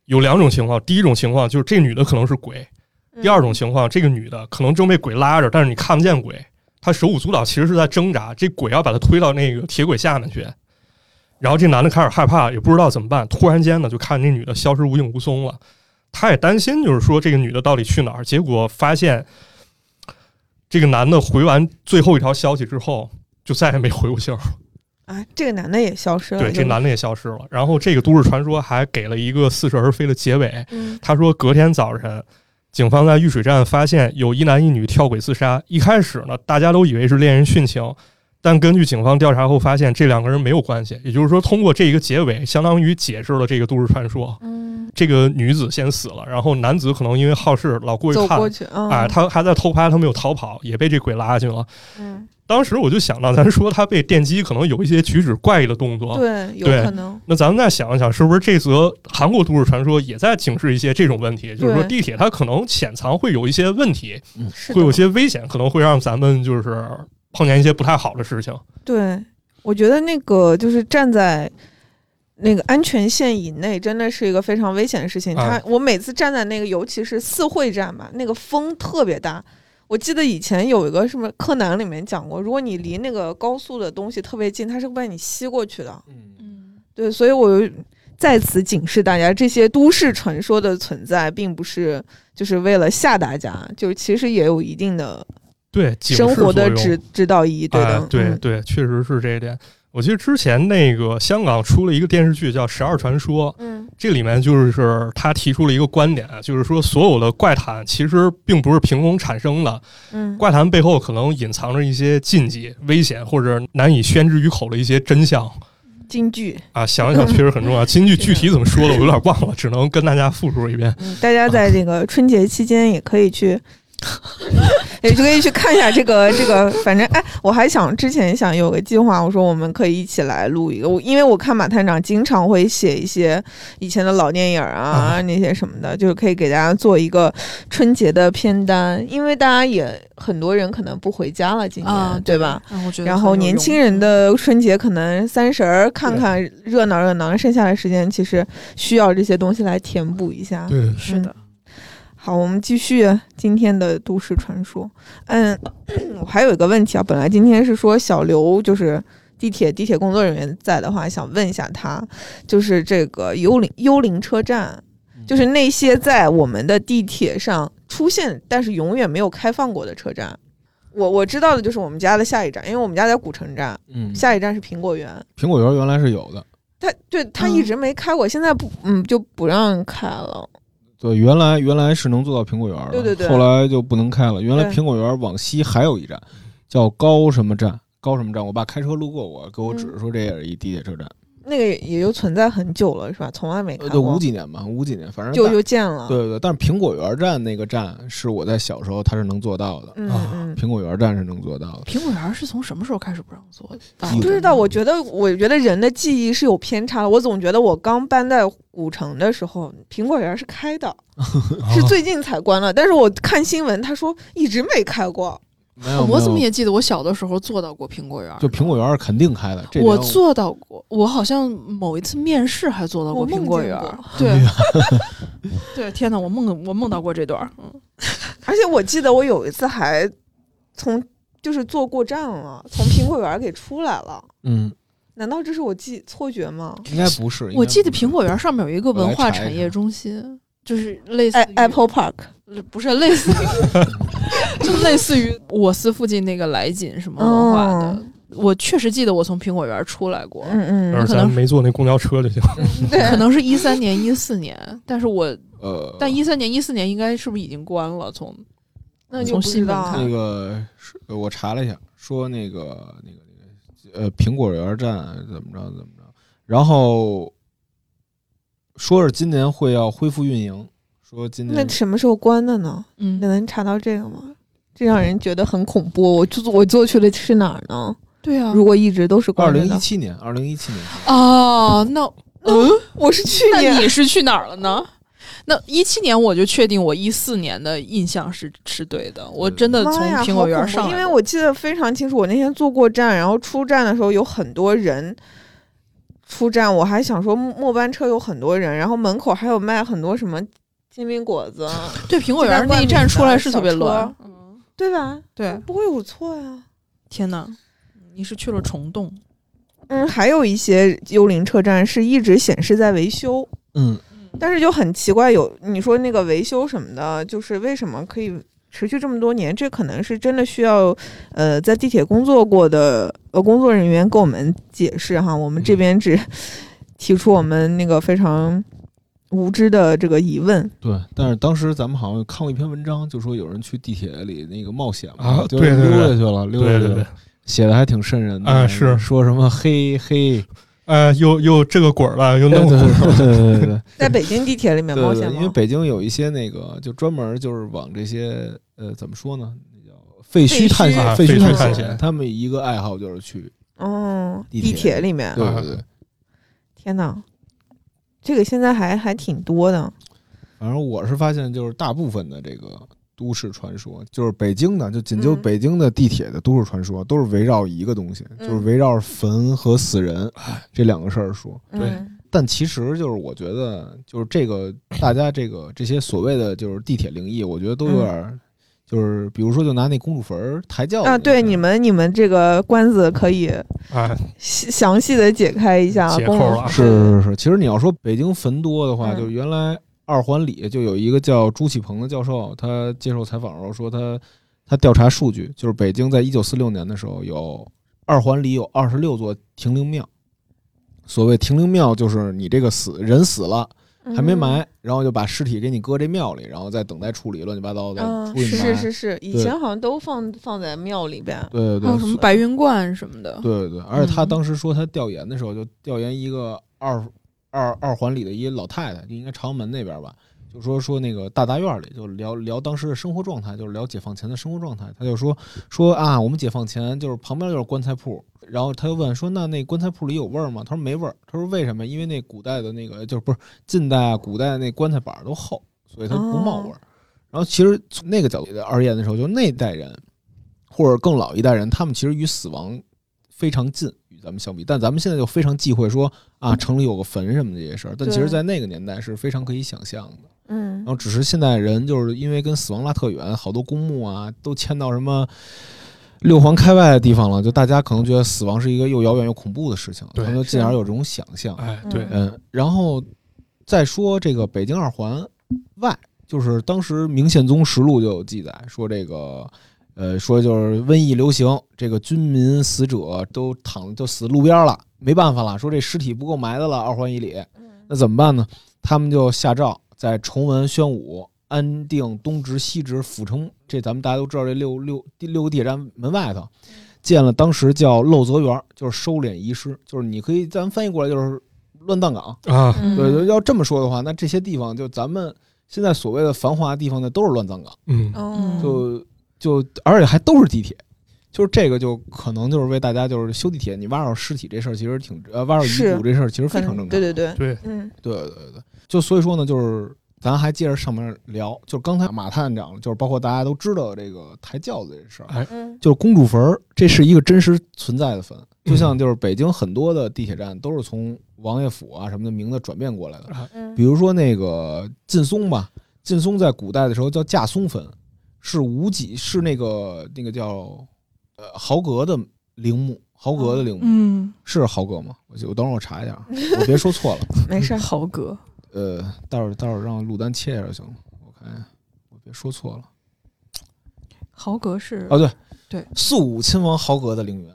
C: 有两种情况，第一种情况就是这女的可能是鬼，
B: 嗯
C: 第二种情况，这个女的可能正被鬼拉着，但是你看不见鬼，她手舞足蹈，其实是在挣扎。这鬼要把她推到那个铁轨下面去，然后这男的开始害怕，也不知道怎么办。突然间呢，就看这女的消失无影无踪了。他也担心，就是说这个女的到底去哪儿？结果发现，这个男的回完最后一条消息之后，就再也没回过信儿。
B: 啊，这个男的也消失了。
C: 对，这
B: 就
C: 男的也消失了。然后这个都市传说还给了一个似是而非的结尾。
B: 嗯
C: 他说隔天早晨，警方在玉水站发现有一男一女跳轨自杀。一开始呢，大家都以为是恋人殉情，但根据警方调查后发现，这两个人没有关系。也就是说，通过这一个结尾，相当于解释了这个都市传说。
B: 嗯，
C: 这个女子先死了，然后男子可能因为好事老过去
B: 走
C: 看
B: 过，去啊，
C: 哎，他还在偷拍，他没有逃跑，也被这鬼拉下去了。
B: 嗯，
C: 当时我就想到，咱说他被电击，可能有一些举止怪异的动作。
B: 对，有
C: 啊对
B: 可能。
C: 那咱们再想一想，是不是这则韩国都市传说也在警示一些这种问题？就是说，地铁它可能潜藏会有一些问题，
B: 是的
C: 会有些危险，可能会让咱们就是碰见一些不太好的事情。
B: 对，我觉得那个就是站在那个安全线以内，真的是一个非常危险的事情。
C: 啊
B: 他，我每次站在那个，尤其是四会站吧，那个风特别大。我记得以前有一个什么柯南里面讲过，如果你离那个高速的东西特别近，它是会把你吸过去的。
D: 嗯
B: 对，所以我有在此警示大家，这些都市传说的存在，并不是就是为了吓大家，就是其实也有一定的
C: 对，警示
B: 生活的
C: 作用
B: 指指导意义。对的，
C: 哎对
B: 嗯
C: 对，确实是这一点。我记得之前那个香港出了一个电视剧叫《十二传说》，
B: 嗯
C: 这里面就是他提出了一个观点，就是说所有的怪谈其实并不是凭空产生的，
B: 嗯，
C: 怪谈背后可能隐藏着一些禁忌、危险或者难以宣之于口的一些真相
B: 京剧。
C: 啊，想一想确实很重 要。京剧具体怎么说的，我有点忘了，只能跟大家复述 一遍。
B: 大家在这个春节期间也可以去，也就可以去看一下这个这个，反正哎，我还想之前想有个计划，我说我们可以一起来录一个，我因为我看马探长经常会写一些以前的老电影啊、
C: 啊
B: 那些什么的，就是可以给大家做一个春节的片单，因为大家也很多人可能不回家了，今年、
D: 啊，
B: 嗯对吧？？
D: 啊，我觉得
B: 然
D: 很
B: 后
D: 有
B: 年
D: 用嗯
B: 轻人的春节可能三十儿看看热闹热闹，剩下的时间其实需要这些东西来填补一下。
C: 对，
D: 是的，
B: 好，我们继续今天的都市传说。嗯，我还有一个问题啊，本来今天是说小刘就是地铁地铁工作人员在的话，想问一下他，就是这个幽灵幽灵车站，
D: 嗯
B: 就是那些在我们的地铁上出现但是永远没有开放过的车站。我我知道的就是我们家的下一站，因为我们家在古城站，
E: 嗯，
B: 下一站是苹果园。
E: 苹果园原来是有的，
B: 它对它一
E: 嗯
B: 直没开过，现在不嗯就不让开了。
E: 对，原来原来是能做到苹果园的，
B: 对对对
E: 后来就不能开了。原来
B: 对
E: 苹果园往西还有一站，叫高什么站？高什么站？我爸开车路过我，给我指
B: 嗯
E: 说这也是一地铁车站，
B: 那个也也就存在很久了，是吧？从来没开
E: 呃，
B: 过。
E: 对，五几年吧，五几年，反正
B: 就
E: 大
B: 就见了。
E: 对对对，但是苹果园站那个站是我在小时候它是能做到的，
B: 嗯
C: 啊
B: 嗯，
E: 苹果园站是能做到的。
D: 苹果园是从什么时候开始不让做的？
E: 有
B: 不知道。我觉得，我觉得人的记忆是有偏差的。我总觉得我刚搬在古城的时候，苹果园是开
E: 哦
B: 的，是最近才关了。但是我看新闻，他说一直没开过。
E: 没有，
D: 我
E: 没
D: 怎么
E: 有
D: 也记得我小的时候做到过苹果园，
E: 就苹果园是肯定开的，这
D: 我
E: 点
D: 做到过，我好像某一次面试还做到
B: 我
D: 过
B: 梦
D: 苹果
B: 见
D: 园
B: 过。
D: 对，对，天哪，我梦我梦到过这段儿。嗯，
B: 而且我记得我有一次还从就是坐过站了，从苹果园给出来了。
E: 嗯，
B: 难道这是我记错觉吗
E: 应该不是。应该
D: 我记得
E: 不是
D: 苹果园上面有一个
E: 我来
D: 文化
E: 查一
D: 产
E: 查
D: 业中心，就是类似
B: ？i
D: 于
B: Apple Park
D: 不是类似于， 就类似于我司附近那个来锦什么文化的。我确实记得我从苹果园出来过，
B: 嗯
C: 而
B: 嗯，
C: 咱没坐那公交车就行。
D: 可能是一三年、一四年，但是我
E: 呃，
D: 但一三年、一四年应该是不是已经关了？从
B: 那就
D: 从
B: 不
D: 新
B: 知
D: 闻
B: 道
D: 看
B: 啊
E: 那个是呃我查了一下，说那个那个那个呃苹果园站怎么着怎么着，然后说是今年会要恢复运营，说今
B: 那
E: 年
B: 什么时候关的呢？
D: 嗯
B: 你，能查到这个吗？这让人觉得很恐怖。我坐我坐去的是哪儿呢？
D: 对啊，
B: 如果一直都是
E: 二
B: 关着
E: 零一
B: 的，
E: 七年，二零一七年
D: 哦，那嗯，
B: 我是去
D: 那
B: 年
D: 你是去哪儿了呢？那一七年我就确定我一四年的印象是是对的，我真的从
B: 妈呀，
D: 苹果园
B: 好恐
D: 上
B: 怖
D: 来
B: 因
D: 的，
B: 为我记得非常清楚，我那天坐过站，然后出站的时候有很多人。出站我还想说末末班车有很多人，然后门口还有卖很多什么煎饼果子，啊
D: 对苹果
B: 就在
D: 园那一
B: 万
D: 站
B: 里
D: 出
B: 的
D: 来是
B: 小
D: 特别
B: 车
D: 乱。
B: 对吧？
D: 对，
B: 不会有错呀。
D: 天哪，你是去了虫洞？
B: 嗯，还有一些幽灵车站是一直显示在维修，
E: 嗯，
B: 但是就很奇怪，有你说那个维修什么的，就是为什么可以持续这么多年？这可能是真的需要，呃，在地铁工作过的呃工作人员给我们解释哈。我们这边只提出我们那个非常无知的这个疑问。
E: 对，但是当时咱们好像看过一篇文章，就说有人去地铁里那个冒险嘛，
C: 啊
E: 就
C: 对
E: 是
C: 对对
E: 溜下去了，溜下
C: 对
E: 去
C: 对对
E: 了，，写的还挺瘆人的
C: 啊是
E: 说什么嘿嘿，
C: 呃，又又这个滚儿 了，又那
E: 对
C: 个
E: 对
C: 滚儿了。
E: 对对对对。
B: 在北京地铁里面
E: 对
B: 冒
E: 对
B: 险
E: 因为
B: 吗？
E: 北京有一些那个就专门就是往这些呃怎么说呢，那叫废墟探险，
C: 废墟啊
E: 墟
C: 废墟探
E: 险
C: 险，
E: 他们一个爱好就是去，
B: 哦，
E: 地
B: 地
E: 铁
B: 铁里面，
E: 对
C: 啊
E: 对对，
B: 天哪，这个现在还还挺多的。
E: 反正我是发现就是大部分的这个。都市传说就是北京的，就仅就
B: 嗯
E: 北京的地铁的都市传说，都是围绕一个东西，
B: 嗯
E: 就是围绕坟和死人哎这两个事儿说。
C: 对
B: 嗯
E: 但其实就是我觉得，就是这个大家这个这些所谓的就是地铁灵异，我觉得都
B: 嗯
E: 有点儿，就是比如说就拿那公主坟儿抬轿
B: 啊，
E: 那个事
B: 对
E: 儿
B: 你们，你们这个关子可以
C: 哎，
B: 详详细的解开一下
C: 解
B: 公
C: 扣
B: 主
E: 啊
C: 了
E: 是是是，其实你要说北京坟多的话，
B: 嗯
E: 就原来二环里就有一个叫朱启鹏的教授，他接受采访的时候说他他调查数据，就是北京在一九四六年的时候有二环里有二十六座停灵庙。所谓停灵庙，就是你这个死人死了
B: 嗯
E: 还没埋，然后就把尸体给你搁这庙里，然后再等待处理，乱七八糟的
B: 嗯，
E: 处
B: 嗯，
E: 理
B: 是
E: 埋。
B: 是是是，以
E: 对
B: 前好像都放放在庙里边。
E: 对对
D: 还
E: 对，
D: 有什么
E: 所
D: 白云观什么的？
E: 对对对，而且他
D: 嗯
E: 当时说他调研的时候，就调研一个二二二环里的一老太太，就应该朝阳门那边吧，就说说那个大杂院里，就聊聊当时的生活状态，就是聊解放前的生活状态。他就说说啊，我们解放前就是旁边就是棺材铺，然后他就问说那那棺材铺里有味儿吗？他说没味儿。他说为什么？因为那古代的那个就是不是近代啊，古代的那棺材板儿都厚，所以它不冒味儿。然后其实从那个角度而言的时候，就那代人或者更老一代人，他们其实与死亡非常近，与咱们相比。但咱们现在就非常
C: 嗯
E: 忌讳说啊，城里有个坟什么这些事儿，但其实，
B: 对
E: 在那个年代是非常可以想象的。
B: 嗯，
E: 然后只是现在人就是因为跟死亡拉特远，好多公墓啊都迁到什么六环开外的地方了，就大家可能觉得死亡是一个又遥远又恐怖的事情，可
C: 对啊
E: 能就进而有这种想象。
C: 哎，对，
E: 嗯，然后再说这个北京二环外，就是当时《明宪宗实录》就有记载说这个。呃，说就是瘟疫流行，这个军民死者都躺就死路边了，没办法了。说这尸体不够埋的了，二环以里，那怎么办呢？他们就下诏在崇文、宣武、安定、东直、西直、阜城，这咱们大家都知道，这六六第六个地铁站门外头建了当时叫漏泽园，就是收敛遗失，就是你可以咱翻译过来就是乱葬岗。
C: 啊，
B: 嗯
E: 对，就要这么说的话，那这些地方就咱们现在所谓的繁华的地方呢，都是乱葬岗，
C: 嗯，
B: 嗯
E: 就就而且还都是地铁。就是这个，就可能就是为大家就是修地铁，你挖着尸体这事儿其实挺呃，挖着遗
B: 是
E: 骨这事儿其实非常
B: 很
E: 正常。啊
B: 对对对
C: 对，
B: 嗯
E: 对对对，就所以说呢，就是咱还接着上面聊，就是刚才马探长，就是包括大家都知道这个抬轿子这事儿，
C: 哎
B: 嗯
E: 就是公主坟儿，这是一个真实存在的坟，就
B: 嗯
E: 像就是北京很多的地铁站都是从王爷府啊什么的名字转变过来的，
B: 嗯
E: 比如说那个劲松吧，劲松在古代的时候叫架松坟，是无几是那个那个叫呃豪格的陵墓，豪格的陵墓、
D: 嗯，
E: 是豪格吗？我记我等会儿我查一下啊，我别说错了。
B: 没
E: 嗯
B: 事儿，
D: 豪哥，
E: 呃，待会儿待会儿让鲁丹切一下就行了。我看一下，我别说错了。
D: 豪格是
E: 哦，对
D: 对，
E: 肃武亲王豪格的陵园，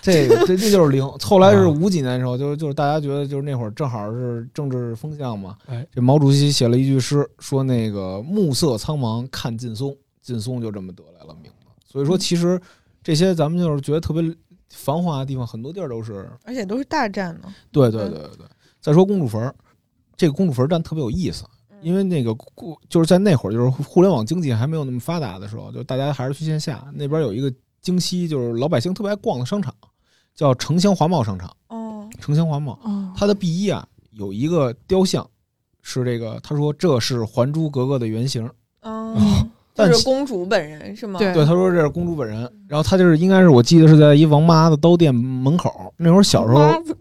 E: 这个这这就是陵。后来是
C: 啊
E: 五几年的时候，就是就是大家觉得就是那会儿正好是政治风向嘛。
C: 哎
E: 这毛主席写了一句诗，说那个暮色苍茫看劲松，劲松就这么得来了名字。所以说，其实这些咱们就是觉得特别繁华的地方，很多地儿都是
B: 而且都是大战呢，
E: 对对
B: 嗯
E: 对对对。再说公主坟儿，这个公主坟儿站特别有意思，
B: 嗯
E: 嗯因为那个故就是在那会儿，就是互联网经济还没有那么发达的时候，就大家还是去线下。那边有一个京西，就是老百姓特别爱逛的商场，叫城乡华贸商场。
B: 哦，
E: 城乡华贸，
D: 嗯，
E: 它的 B 一啊有一个雕像，是这个他说这是《还珠格格》的原型，
B: 哦，
E: 但
B: 就是
E: 其
B: 公主本人是吗？
D: 对
E: 对他说这是公主本人。然后他就是应该是我记得是在一王妈的刀店门口，那会儿小时候
B: 妈子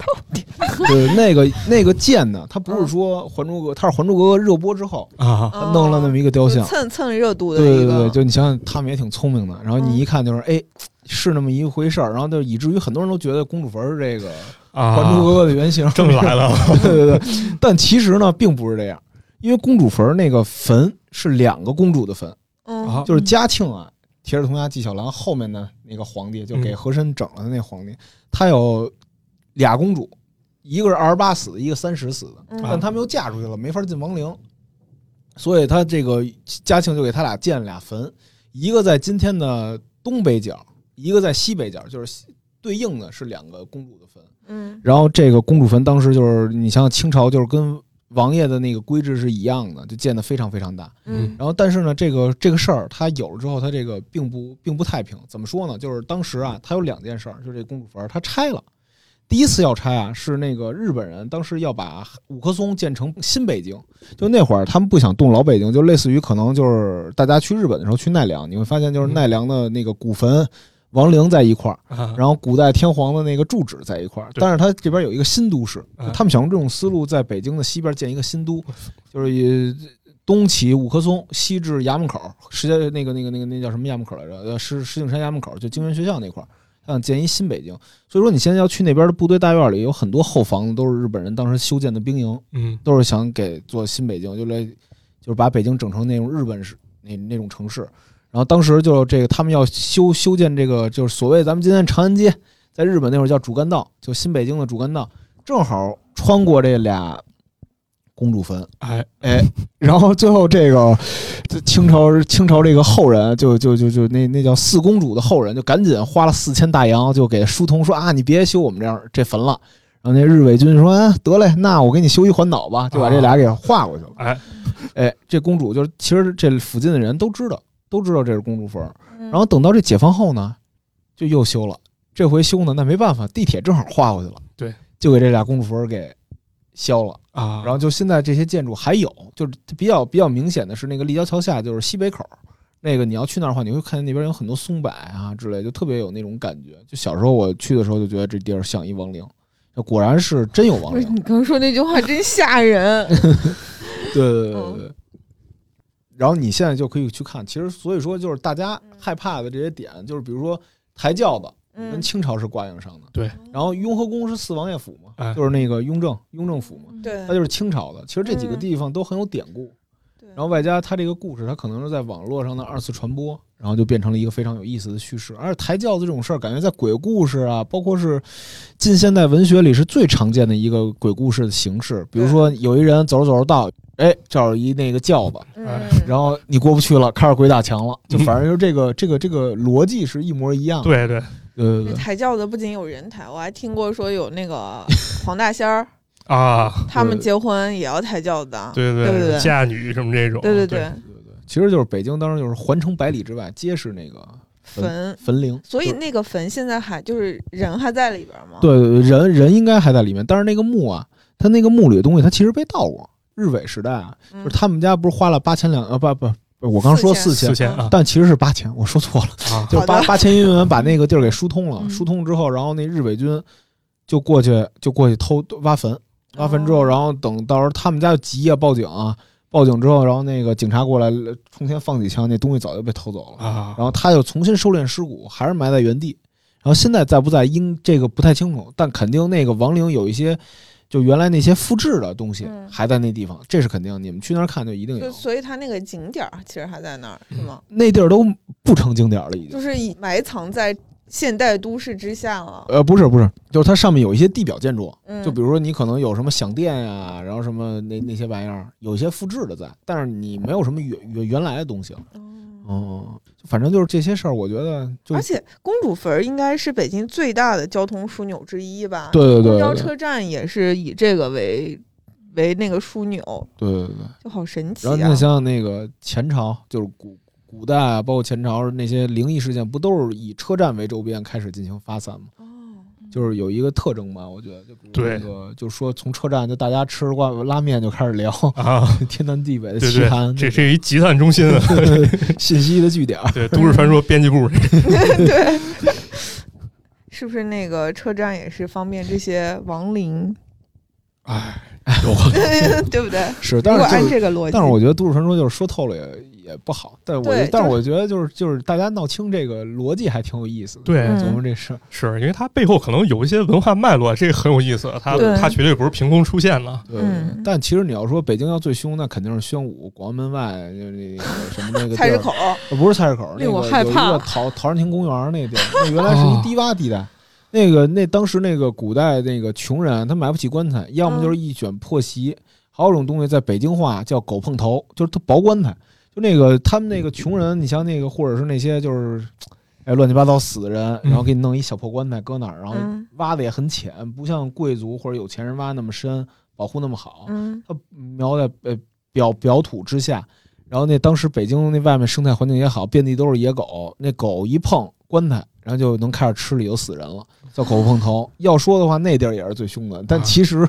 E: 对，那个那个剑呢，它不是说《还珠格格》，它是《还珠格格》热播之后，
C: 啊，
B: 哦
E: 它弄了那么一个雕
B: 就
E: 像。
B: 蹭蹭热度
E: 对
B: 的
E: 对
B: 一
E: 对
B: 个，嗯
E: 对，就你想想，他们也挺聪明的。然后你一看就是，哎，是那么一回事儿。然后就以至于很多人都觉得公主坟是这个《
C: 啊，
E: 还珠格格》的原型。
C: 正来了，
E: 对对对，但其实呢，并不是这样，因为公主坟那个坟是两个公主的坟，
B: 嗯
C: 啊
E: 就是嘉庆啊，铁齿铜牙纪晓岚后面的那个皇帝，就给
C: 嗯
E: 和珅整了的那皇帝，他有俩公主，一个是二十八死的，一个三十死的。
C: 啊
B: 嗯
E: 啊但他们又嫁出去了，没法进王陵，所以他这个嘉庆就给他俩建了俩坟，一个在今天的东北角，一个在西北角，就是西对应的是两个公主的坟。
B: 嗯
E: 然后这个公主坟当时就是你想想清朝就是跟王爷的那个规制是一样的，就建得非常非常大。
B: 嗯
E: 然后但是呢，这个这个事儿它有了之后，它这个并不并不太平。怎么说呢？就是当时啊，它有两件事儿，就这公主坟儿它拆了。第一次要拆啊，是那个日本人当时要把五棵松建成新北京，就那会儿他们不想动老北京，就类似于可能就是大家去日本的时候去奈良，你会发现就是
C: 嗯
E: 奈良的那个古坟、王陵在一块儿，
C: 啊，
E: 然后古代天皇的那个住址在一块儿，
C: 对
E: 但是他这边有一个新都市，
C: 啊
E: 他们想用这种思路在北京的西边建一个新都，就是以东起五棵松，西至衙门口，石家那个那个那个那叫什么衙门口来着？呃，石石景山衙门口，就京源学校那块儿，他想建一新北京。所以说，你现在要去那边的部队大院里，有很多后房子都是日本人当时修建的兵营，
C: 嗯，
E: 都是想给做新北京，就来就是把北京整成那种日本式那那种城市。然后当时就这个他们要修修建这个就是所谓咱们今天长安街，在日本那会儿叫主干道，就新北京的主干道，正好穿过这俩公主坟。
C: 哎，
E: 哎，然后最后这个这清朝清朝这个后人就就就就那那叫四公主的后人就赶紧花了四千大洋就给书童说啊，你别修我们这样这坟了。然后那日伪军说、哎、得嘞，那我给你修一环岛吧，就把这俩给划过去了。
C: 哎，
E: 哎，这公主就是其实这附近的人都知道，都知道这是公主坟。
B: 嗯
E: 然后等到这解放后呢，就又修了。这回修呢，那没办法，地铁正好划过去了，
C: 对，
E: 就给这俩公主坟给削了。
C: 啊，
E: 然后就现在这些建筑还有，就是比较比较明显的是那个立交桥下，就是西北口那个，你要去那儿的话，你会看见那边有很多松柏啊之类，就特别有那种感觉。就小时候我去的时候就觉得这地儿像一亡灵，那果然是真有亡
B: 不是
E: 灵。
B: 你刚说那句话真吓人，嗯
E: 对对对对对。然后你现在就可以去看。其实所以说就是大家害怕的这些点，就是比如说抬轿子跟
B: 嗯，
E: 清朝是挂硬上的，
C: 对。
E: 然后雍和宫是四王爷府嘛，
C: 哎
E: 就是那个雍正雍正府嘛，
B: 对，
E: 它就是清朝的。其实这几个
B: 嗯
E: 地方都很有典故。
B: 对
E: 然后外加它这个故事，它可能是在网络上的二次传播，然后就变成了一个非常有意思的叙事。而且抬轿子这种事儿，感觉在鬼故事啊，包括是近现代文学里是最常见的一个鬼故事的形式。比如说，有一人走着走着道，哎，这儿有一那个轿子，
C: 哎
B: 嗯
E: 然后你过不去了，开始鬼打墙了，就反正就是这个这个这个逻辑是一模一样的。
C: 对
E: 呃
C: 对
E: 对对
B: 那
E: 对，
B: 抬轿子不仅有人抬，我还听过说有那 个黄大仙儿，
C: 啊，
B: 他们
E: 对
B: 结婚也要抬轿子啊。
C: 对
B: 对对对
C: 嫁女什么这种，
B: 对对
C: 对，
B: 对，
E: 其实就是北京当时就是环城百里之外皆是那个
B: 坟。
E: 坟陵，
B: 所以
E: 就是
B: 那个坟现在还就是人还在里边吗？，
E: 对对对，人人应该还在里面，但是那个墓啊，它那个墓里的东西，它其实被盗过。日伪时代啊，
B: 嗯
E: 就是他们家不是花了八千两啊，不不，不我刚说
B: 四
E: 四
B: 千
C: 四，
E: 千
C: 千啊
E: 但其实是八千，我说错了，
C: 啊，
E: 就是
B: 好
E: 八
B: 的
E: 八千英元把那个地儿给疏通了，
D: 嗯
E: 疏通之后，然后那日伪军就过去就过去偷挖坟，挖坟之后，
B: 哦
E: 然后等到时候他们家就急啊，报警啊，报警之后，然后那个警察过来呃冲天放几枪，那东西早就被偷走了。
C: 啊
E: 然后他又重新收敛尸骨，还是埋在原地。然后现在在不在应这个不太清楚，但肯定那个亡灵有一些，就原来那些复制的东西
B: 嗯
E: 还在那地方，这是肯定。你们去那儿看就一定
B: 就
E: 有，
B: 所以他那个景点儿其实还在那儿，是吗？
E: 那地儿都不成景点了，已经
B: 就。是已埋藏在现代都市之下了。
E: 呃，不是不是，就是它上面有一些地表建筑，
B: 嗯，
E: 就比如说你可能有什么响电呀、然后什么那那些玩意儿，有些复制的在，但是你没有什么原原原来的东西了。
B: 哦
E: 嗯，反正就是这些事儿，我觉得就
B: 而且公主坟儿应该是北京最大的交通枢纽之一吧？
E: 对对对
B: 公
E: 对
B: 交
E: 对
B: 车站也是以这个为为那个枢纽，
E: 对对对。
B: 就好神奇
E: 然
B: 啊！
E: 后你再想想那个前朝，就是古古代啊，包括前朝那些灵异事件，不都是以车站为周边开始进行发散吗？
B: 哦，
E: 就是有一个特征吧，我觉得就比如
C: 对
E: 那个，就说从车站就大家吃挂拉面就开始聊
C: 啊，
E: 天南地北的
C: 对
E: 奇
C: 对，
E: 谈，
C: 这是一集散中心啊，
E: 信息的据点儿。
C: 对，都市传说编辑部这
B: 对，是不是那个车站也是方便这些亡灵，
E: 有啊
B: 对不对？
E: 是，
B: 如
E: 但
B: 果
E: 是
B: 按
E: 就是，
B: 这个逻辑，
E: 但是我觉得都市传说就是说透了也也不好，但我觉
B: 对
E: 得，但是
B: 就
E: 我觉得就是就是大家闹清这个逻辑还挺有意思的。
C: 对，
B: 嗯
E: 琢磨这事儿，
C: 是因为它背后可能有一些文化脉络，这个很有意思，它
B: 对
C: 它绝对不是凭空出现的。
E: 对
B: 嗯
E: 但其实你要说北京要最凶，那肯定是宣武、广安门外就那个什么那个
B: 菜市
E: 地儿
B: 口，
E: 呃不是菜市口，那
D: 令
E: 个
D: 哎我害怕
E: 有一个陶陶然亭公园那地儿，那原来是一低洼地带。那个那当时那个古代那个穷人，他买不起棺材，
D: 嗯
E: 要么就是一卷破席，还有一种东西在北京话叫狗碰头，就是他薄棺材。就那个他们那个穷人，你像那个或者是那些就是。哎，乱七八糟死的人，
C: 嗯
E: 然后给你弄一小破棺材搁那儿，然后
B: 嗯
E: 挖的也很浅，不像贵族或者有钱人挖那么深，保护那么好。
B: 嗯，
E: 它描在呃表表土之下，然后那当时北京那外面生态环境也好，遍地都是野狗，那狗一碰棺材，然后就能开始吃里头死人了，叫狗碰头。要说的话，那地儿也是最凶的，但
C: 啊
E: 其实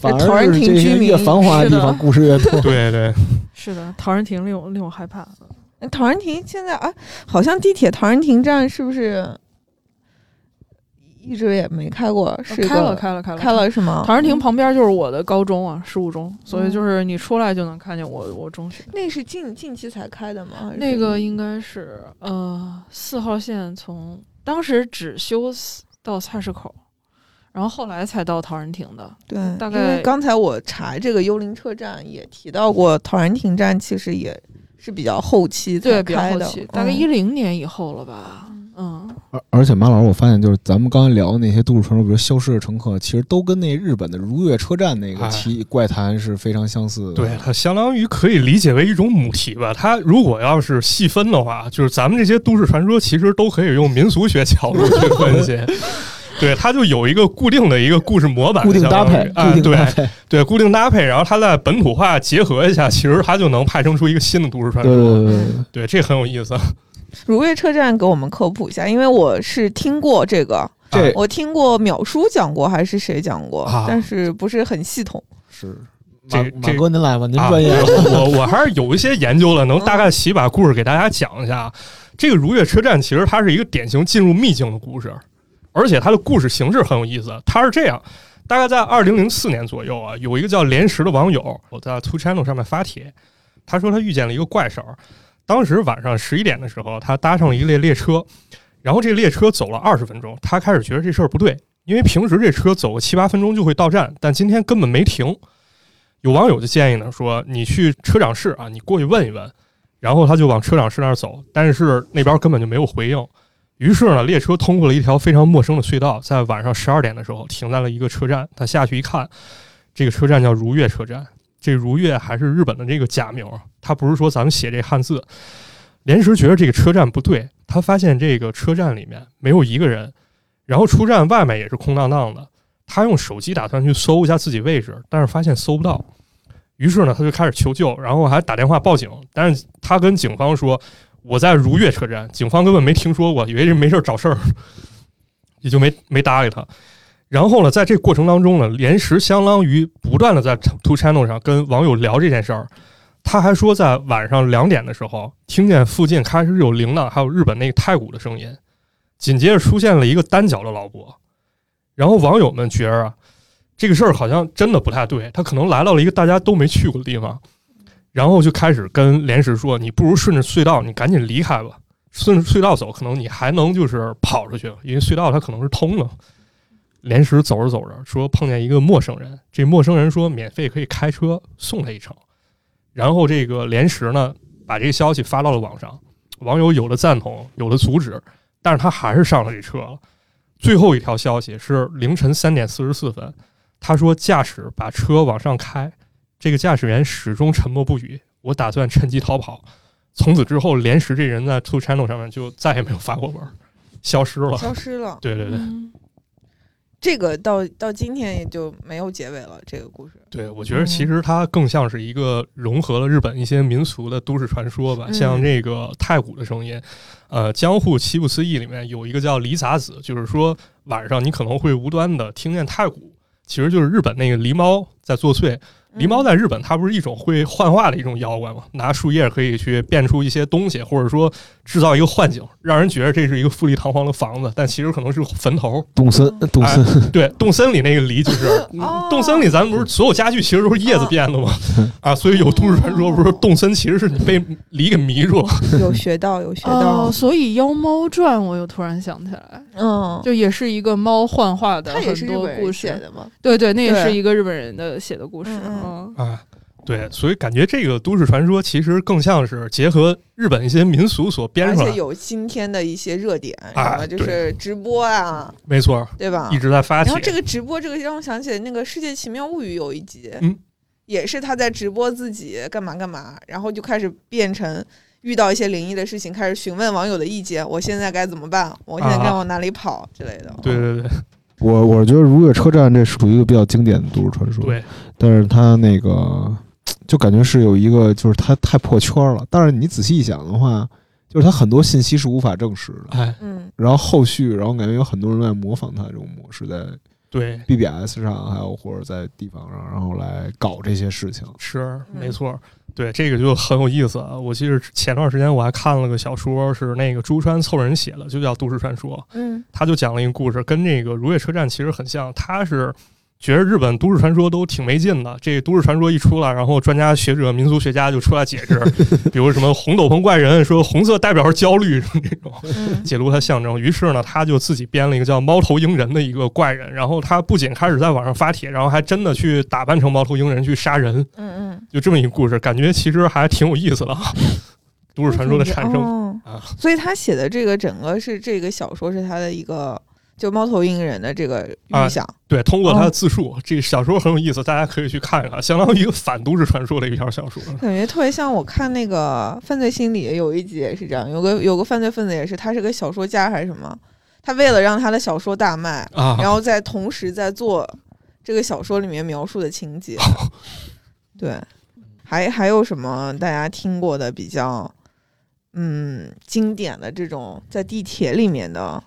E: 反
B: 陶
E: 而
B: 然
E: 是
B: 亭居
E: 这些
B: 民
E: 越繁华的地
D: 是
E: 方
D: 的
E: 故事越多。
C: 对 对，
D: 是的，陶然亭令我令我害怕。
B: 嗯陶然亭现在啊，好像地铁陶然亭站是不是一直也没开过？是一
D: 哦开了
B: 个
D: 开了开了
B: 开。了是吗？嗯
D: 陶然亭旁边就是我的高中啊，十五中，所以就是你出来就能看见我我中学。
B: 那是近近期才开的吗？还是
D: 那个应该是呃四号线从当时只修四到菜市口，然后后来才到陶然亭的。
B: 对，
D: 大
B: 因为
D: 概
B: 刚才我查这个幽灵车站也提到过，陶然亭站其实也是比较后期才
D: 对，比较
B: 开
D: 后
B: 的，
D: 期，大概
B: 嗯
D: 一零年以后了吧。嗯，
E: 而而且马老师，我发现就是咱们刚才聊的那些都市传说，比如消失的乘客，其实都跟那日本的如月车站那
C: 哎
E: 个奇怪谈是非常相似的。
C: 对，它相当于可以理解为一种母题吧。它如果要是细分的话，就是咱们这些都市传说，其实都可以用民俗学角度去分 析。 对，它就有一个固定的一个故事模板，
E: 固定搭配，
C: 相当于
E: 固定搭
C: 哎，
E: 配，
C: 对对，固定搭配，然后它在本土化结合一下，其实它就能派生出一个新的都市传
E: 对对
C: 说。
E: 对对对。
C: 对，这很有意思。
B: 如月车站给我们科普一下，因为我是听过这个，
E: 这
B: 我听过淼叔讲过还是谁讲过，
C: 啊
B: 但是不是很系统。
E: 是
C: 这
E: 马马
C: 这
E: 哥您来吧，您专业
C: 啊
E: 了。
C: 我我我还是有一些研究了，能大概起把故事给大家讲一下。啊这个如月车站其实它是一个典型进入秘境的故事，而且它的故事形式很有意思。它是这样，大概在二零零四年左右啊，有一个叫连石的网友我在 Two Channel 上面发帖，他说他遇见了一个怪事儿，当时晚上十一点的时候，他搭上了一列列车，然后这列车走了二十分钟，他开始觉得这事儿不对，因为平时这车走个七八分钟就会到站，但今天根本没停。有网友就建议呢，说你去车长室啊，你过去问一问。然后他就往车长室那儿走，但是那边根本就没有回应。于是呢，列车通过了一条非常陌生的隧道，在晚上十二点的时候停在了一个车站。他下去一看，这个车站叫如月车站。这如月还是日本的这个假名，他不是说咱们写这汉字。连时觉得这个车站不对，他发现这个车站里面没有一个人，然后出站外面也是空荡荡的。他用手机打算去搜一下自己位置，但是发现搜不到。于是呢，他就开始求救，然后还打电话报警。但是他跟警方说我在如月车站，警方根本没听说过，以为是没事儿找 事儿，也就没没搭理他。然后呢，在这过程当中呢，连石相当于不断的在 To Channel 上跟网友聊这件事儿。他还说，在晚上两点的时候，听见附近开始有铃铛，还有日本那个太鼓的声音。紧接着出现了一个单脚的老伯，然后网友们觉着啊，这个事儿好像真的不太对，他可能来到了一个大家都没去过的地方，然后就开始跟连石说：“你不如顺着隧道，你赶紧离开吧，顺着隧道走，可能你还能就是跑出去，因为隧道它可能是通的。”连石走着走着，说碰见一个陌生人，这陌生人说免费可以开车送他一程，然后这个连石呢把这个消息发到了网上，网友有的赞同，有的阻止，但是他还是上了这车了。最后一条消息是凌晨三点四十四分，他说驾驶把车往上开，这个驾驶员始终沉默不语。我打算趁机逃跑。从此之后，连石这人在 Two Channel 上面就再也没有发过文，消失 了。
B: 消失了。
C: 对对对
D: 嗯
B: 这个到到今天也就没有结尾了。这个故事，
C: 对，我觉得其实它更像是一个融合了日本一些民俗的都市传说吧，
D: 嗯
C: 像这个太鼓的声音，呃，江户七步思义里面有一个叫狸杂子，就是说晚上你可能会无端的听见太鼓，其实就是日本那个狸猫在作祟，
B: 嗯
C: 狸猫在日本，它不是一种会幻化的一种妖怪吗？拿树叶可以去变出一些东西，或者说制造一个幻境，让人觉得这是一个富丽堂皇的房子，但其实可能是坟头。
E: 动森，动森，
C: 对，动森里那个梨就是，
B: 哦
C: 动森里咱们不是所有家具其实都是叶子变的吗？啊，所以有都市传说不是动森其实是你被梨给迷住了。
B: 有学到，有学到
D: 哦，。所以《妖猫传》我又突然想起来，
B: 嗯，
D: 就也是一个猫幻化的
B: 它也是
D: 很
B: 日
D: 多
B: 本
D: 故
B: 人写
D: 事，
B: 的嘛？
D: 对对，那也
B: 对
D: 是一个日本人的写的故事，
B: 嗯
D: 嗯，
C: 啊， 对，所以感觉这个都市传说其实更像是结合日本一些民俗所编
B: 而
C: 出来
B: 且
C: 的，
B: 有今天的一些热点，
C: 啊
B: 什么就是直播啊，
C: 没错，
B: 对吧
C: 一？直在发
B: 然
C: 帖
B: 后。这个直播，这个让我想起那个《世界奇妙物语》有一集，
C: 嗯
B: 也是他在直播自己干嘛干嘛，然后就开始变成遇到一些灵异的事情，开始询问网友的意见，我现在该怎么办？我现在该
C: 啊
B: 往哪里跑、之类的。
C: 对对对
E: 我我觉得如月车站这属于一个比较经典的都市传说，
C: 对，
E: 但是它那个就感觉是有一个，就是它太破圈了。但是你仔细一想的话，就是它很多信息是无法证实的。
C: 哎，
B: 嗯，
E: 然后后续，然后感觉有很多人在模仿它这种模式，在
C: 对，
E: BBS 上，还有或者在地方上，然后来搞这些事情。
C: 是
B: 嗯
C: 没错儿，对这个就很有意思啊！我记得前段时间我还看了个小说，是那个朱川凑人写的，就叫《都市传说》。
B: 嗯，
C: 他就讲了一个故事，跟这个如月车站其实很像。他是觉得日本都市传说都挺没劲的，这都市传说一出来，然后专家学者、民俗学家就出来解释，比如什么红斗篷怪人，说红色代表是焦虑什么这种，
B: 嗯
C: 解读它象征。于是呢，他就自己编了一个叫猫头鹰人的一个怪人，然后他不仅开始在网上发帖，然后还真的去打扮成猫头鹰人去杀人。
B: 嗯 嗯，
C: 就这么一个故事，感觉其实还挺有意思的啊。 都市传说的产生，
B: 哦
C: 啊
B: 所以他写的这个整个是这个小说是他的一个就猫头鹰人的这个
C: 啊
B: 预想，
C: 对，通过它
B: 哦
C: 的自述，这个小说很有意思，大家可以去看一看，相当于一个反都市传说的一篇小说。
B: 感觉特别像我看那个《犯罪心理》有一集也是这样，有个有个犯罪分子也是，他是个小说家还是什么，他为了让他的小说大卖，
C: 啊
B: 然后在同时在做这个小说里面描述的情节。对，还还有什么大家听过的比较嗯经典的这种在地铁里面的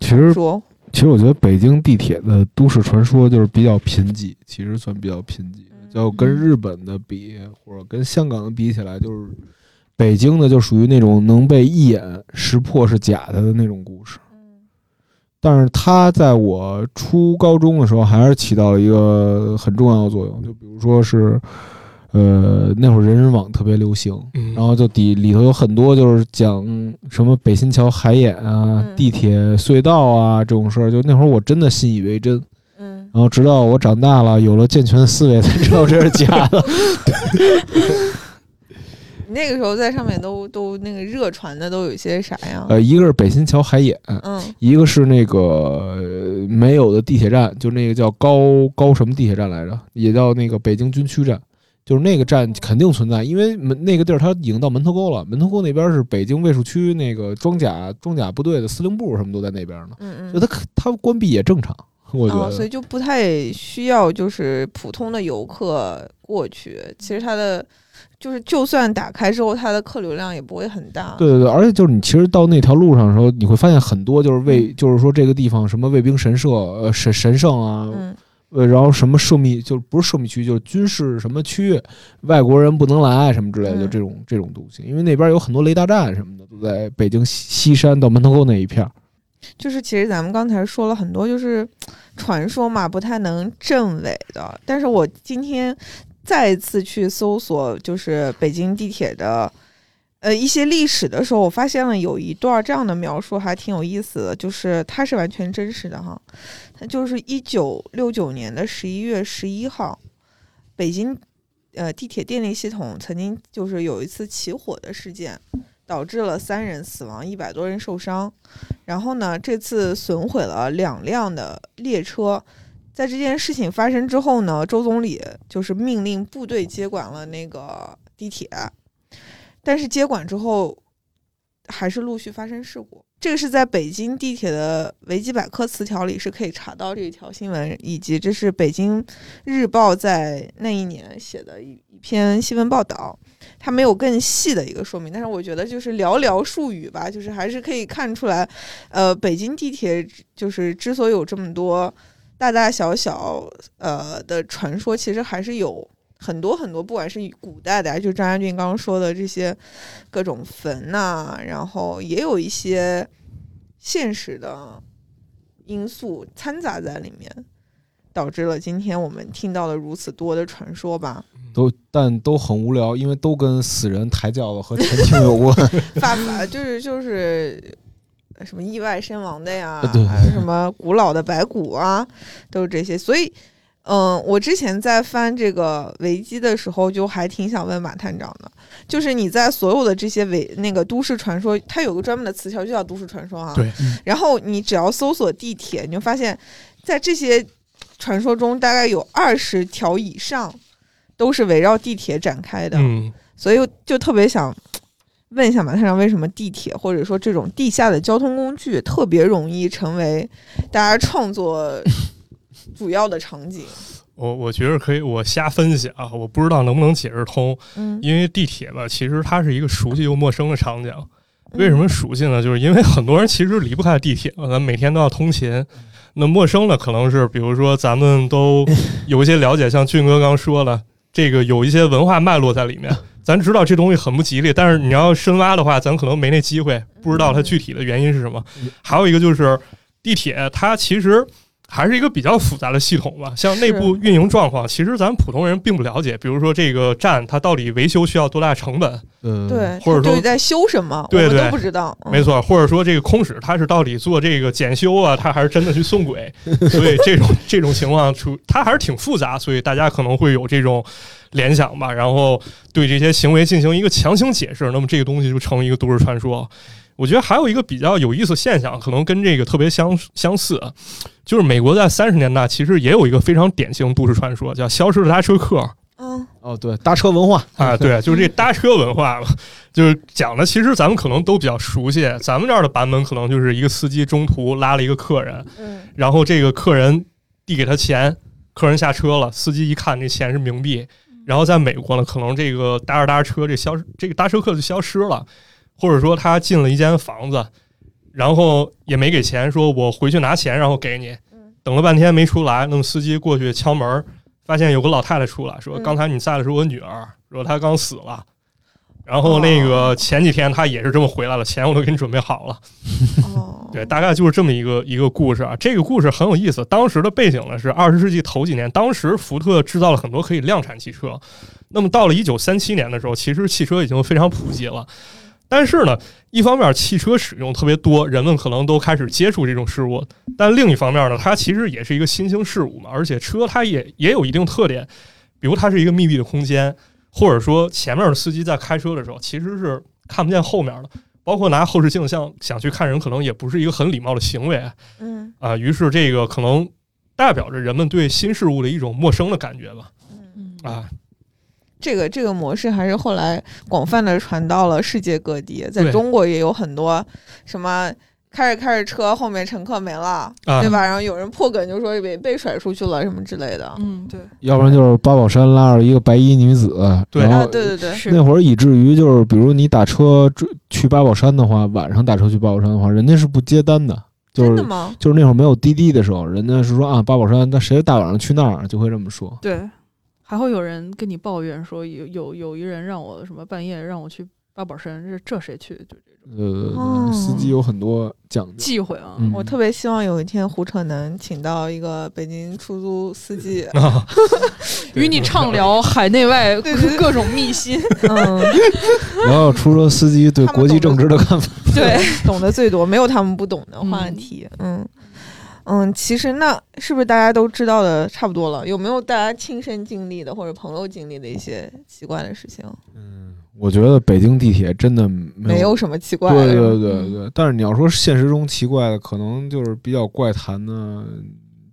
E: 其实，
B: 说？
E: 其实我觉得北京地铁的都市传说就是比较贫瘠，其实算比较贫瘠。就跟日本的比，或者跟香港的比起来，就是北京的就属于那种能被一眼识破是假的的那种故事。但是它在我初高中的时候，还是起到了一个很重要的作用。就比如说是呃，那会儿人人网特别流行，
C: 嗯，
E: 然后就底里头有很多就是讲什么北新桥海眼啊、
B: 嗯
E: 地铁隧道啊这种事儿，就那会儿我真的信以为真，
B: 嗯，
E: 然后直到我长大了有了健全思维才知道这是假的。
B: 你那个时候在上面都都那个热传的都有些啥呀？
E: 呃，一个是北新桥海眼，
B: 嗯
E: 一个是那个呃没有的地铁站，就那个叫高高什么地铁站来着，也叫那个北京军区站，就是那个站肯定存在，因为门那个地儿它已经到门头沟了，门头沟那边是北京卫戍区那个装甲装甲部队的司令部什么都在那边呢，
B: 嗯
E: 就
B: 嗯，
E: 它可它关闭也正常，我觉
B: 哦，所
E: 得。
B: 以就不太需要就是普通的游客过去，其实它的就是就算打开之后，它的客流量也不会很大。
E: 对对对，而且就是你其实到那条路上的时候，你会发现很多就是
B: 嗯
E: 卫，就是说这个地方什么卫兵神社、呃神神圣啊，
B: 嗯，
E: 呃，然后什么涉密就不是涉密区，就是军事什么区，外国人不能来什么之类的，
B: 嗯
E: 就这种这种东西。因为那边有很多雷达站什么的，都在北京西西山到门头沟那一片儿。
B: 就是其实咱们刚才说了很多，就是传说嘛，不太能证伪的。但是我今天再次去搜索，就是北京地铁的。呃，一些历史的时候，我发现了有一段这样的描述，还挺有意思的，就是它是完全真实的哈。它就是一九六九年的十一月十一号，北京呃地铁电力系统曾经就是有一次起火的事件，导致了三人死亡，一百多人受伤。然后呢，这次损毁了两辆的列车。在这件事情发生之后呢，周总理就是命令部队接管了那个地铁，但是接管之后还是陆续发生事故。这个是在北京地铁的维基百科词条里是可以查到这一条新闻，以及这是北京日报在那一年写的一一篇新闻报道。它没有更细的一个说明，但是我觉得就是寥寥数语吧，就是还是可以看出来，呃，北京地铁就是之所以有这么多大大小小呃的传说，其实还是有很多很多，不管是古代的呀，就张家俊刚刚说的这些各种坟呐、然后也有一些现实的因素掺杂在里面，导致了今天我们听到了如此多的传说吧。
E: 都但都很无聊，因为都跟死人、抬轿子和前清有关。
B: 发法就是就是呃什么意外身亡的呀，
E: 呃对
B: 还有什么古老的白骨啊，都是这些。所以，嗯，我之前在翻这个维基的时候，就还挺想问马探长的，就是你在所有的这些维那个都市传说，它有个专门的词条就叫都市传说啊。
C: 对。
E: 嗯
B: 然后你只要搜索地铁，你就发现，在这些传说中，大概有二十条以上都是围绕地铁展开的。
C: 嗯，
B: 所以就特别想问一下马探长，为什么地铁或者说这种地下的交通工具特别容易成为大家创作主要的场景？
C: 我我觉得可以，我瞎分析啊，我不知道能不能解释通，
B: 嗯，
C: 因为地铁吧，其实它是一个熟悉又陌生的场景。为什么熟悉呢？就是因为很多人其实离不开地铁，咱们每天都要通勤。那陌生的可能是，比如说咱们都有一些了解，像俊哥刚说了，这个有一些文化脉络在里面。咱知道这东西很不吉利，但是你要深挖的话，咱可能没那机会，不知道它具体的原因是什么
E: 嗯。
C: 还有一个就是地铁，它其实还是一个比较复杂的系统吧，像内部运营状况，其实咱们普通人并不了解。比如说这个站它到底维修需要多大成本，
E: 嗯，
B: 对，
C: 或者说
B: 到底在修什么，
C: 对
B: 我们
C: 对
B: 都不知道。嗯
C: 没，错，或者说这个空驶，他是到底做这个检修啊，他还是真的去送轨，所以这种这种情况出，它还是挺复杂，所以大家可能会有这种联想吧，然后对这些行为进行一个强行解释，那么这个东西就成为一个都市传说。我觉得还有一个比较有意思的现象，可能跟这个特别相相似，就是美国在三十年代其实也有一个非常典型的都市传说，叫“消失的搭车客”。
B: 嗯
E: 哦对，搭车文化
C: 啊，对，就是这搭车文化嘛，就是讲的，其实咱们可能都比较熟悉。咱们这儿的版本可能就是一个司机中途拉了一个客人，
B: 嗯
C: 然后这个客人递给他钱，客人下车了，司机一看这钱是冥币，然后在美国呢，可能这个搭着搭着车，这消这个搭车客就消失了，或者说他进了一间房子，然后也没给钱，说我回去拿钱，然后给你
B: 嗯，
C: 等了半天没出来，那么司机过去敲门，发现有个老太太出来，说
B: 嗯
C: 刚才你在的是我女儿，说她刚死了。然
B: 哦
C: 后那个前几天他也是这么回来了，钱我都给你准备好了。
B: 哦，
C: 对，大概就是这么一个一个故事啊。这个故事很有意思，当时的背景呢是二十世纪头几年，当时福特制造了很多可以量产汽车。那么到了一九三七年的时候，其实汽车已经非常普及了。但是呢，一方面汽车使用特别多，人们可能都开始接触这种事物；但另一方面呢，它其实也是一个新兴事物嘛。而且车它也也有一定特点，比如它是一个密闭的空间，或者说前面的司机在开车的时候其实是看不见后面的。包括拿后视镜想想去看人，可能也不是一个很礼貌的行为啊、
B: 嗯
C: 于是这个可能代表着人们对新事物的一种陌生的感觉吧。
B: 嗯，
D: 嗯，
C: 啊，
B: 这个这个模式还是后来广泛的传到了世界各地，在
C: 对
B: 中国也有很多什么。开着开着车，后面乘客没了，
C: 啊
B: 对吧？然后有人破梗就说被被甩出去了什么之类的。
D: 嗯，对，
E: 要不然就是八宝山拉着一个白衣女子，
C: 对
E: 然
D: 哦
B: 啊，
E: 后
B: 对对对，
D: 是
E: 那会儿以至于就是，比如你打车追去八宝山的话，晚上打车去八宝山的话，人家是不接单的，就
B: 真
E: 是
B: 的吗？
E: 就是那会儿没有滴滴的时候，人家是说啊，八宝山，那谁大晚上去那儿，就会这么说。
D: 对，还会有人跟你抱怨说有有有一人让我什么半夜让我去八宝山，这这谁去就
E: 呃，
B: 哦
E: 司机有很多讲究。
D: 忌讳啊。
E: 嗯
B: 我特别希望有一天胡扯男请到一个北京出租司机，
C: 对
D: 与你畅 聊海内外
B: 对对对
D: 各种秘辛，
B: 嗯，
E: 然后出了司机对
B: 他们
E: 国际
B: 懂
E: 政
B: 得
E: 治的看法，
D: 对，
B: 懂得最多，没有他们不懂的话题。嗯嗯，其实那是不是大家都知道的差不多了？有没有大家亲身经历的或者朋友经历的一些奇怪的事情？
E: 我觉得北京地铁真的
B: 没
E: 没
B: 有什么奇怪的。
E: 对对对
D: 嗯
E: 对，但是你要说现实中奇怪的，可能就是比较怪谈呢，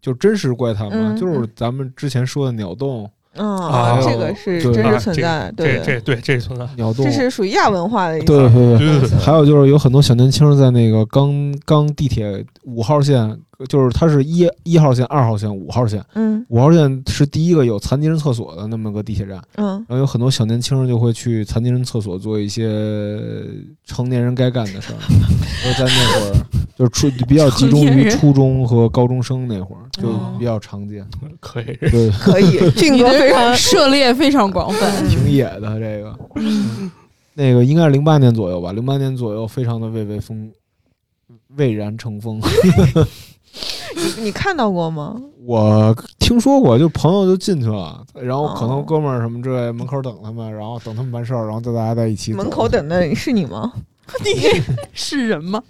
E: 就真实怪谈嘛，
B: 嗯
E: 就是咱们之前说的鸟洞，
B: 嗯，
C: 啊
B: 这个是
E: 对
B: 真
C: 啊
B: 实存在的，
C: 这
B: 对
C: 这对这存在。
E: 鸟洞
B: 这，是属于亚文化的一
E: 对对
B: 个。
E: 对对。
C: 对对对，
E: 还有就是有很多小年轻在那个刚刚地铁五号线，就是它是一一号线、二号线、五号线，
B: 嗯
E: 五号线是第一个有残疾人厕所的那么个地铁站，
B: 嗯，
E: 然后有很多小年轻人就会去残疾人厕所做一些成年人该干的 事儿，就是在那会儿，就是出比较集中
D: 成年
E: 于
D: 人
E: 初中和高中生那会儿，就
B: 哦
E: 比较常见。
C: 可以。
B: 嗯
E: 对，
B: 可以， 俊
D: 你
B: 哥
D: 的
B: 非常
D: 涉猎非常广泛。
E: 挺野的这个。嗯那个应该是零八年左右吧，零八年左右非常的蔚为风，蔚然成风。
B: 你你看到过吗？
E: 我听说过，就朋友就进去了，然后可
B: 哦
E: 能哥们儿什么之类，门口等他们，然后等他们完事儿，然后再大家在一起走
B: 门口等的是你吗？
D: 你是人吗？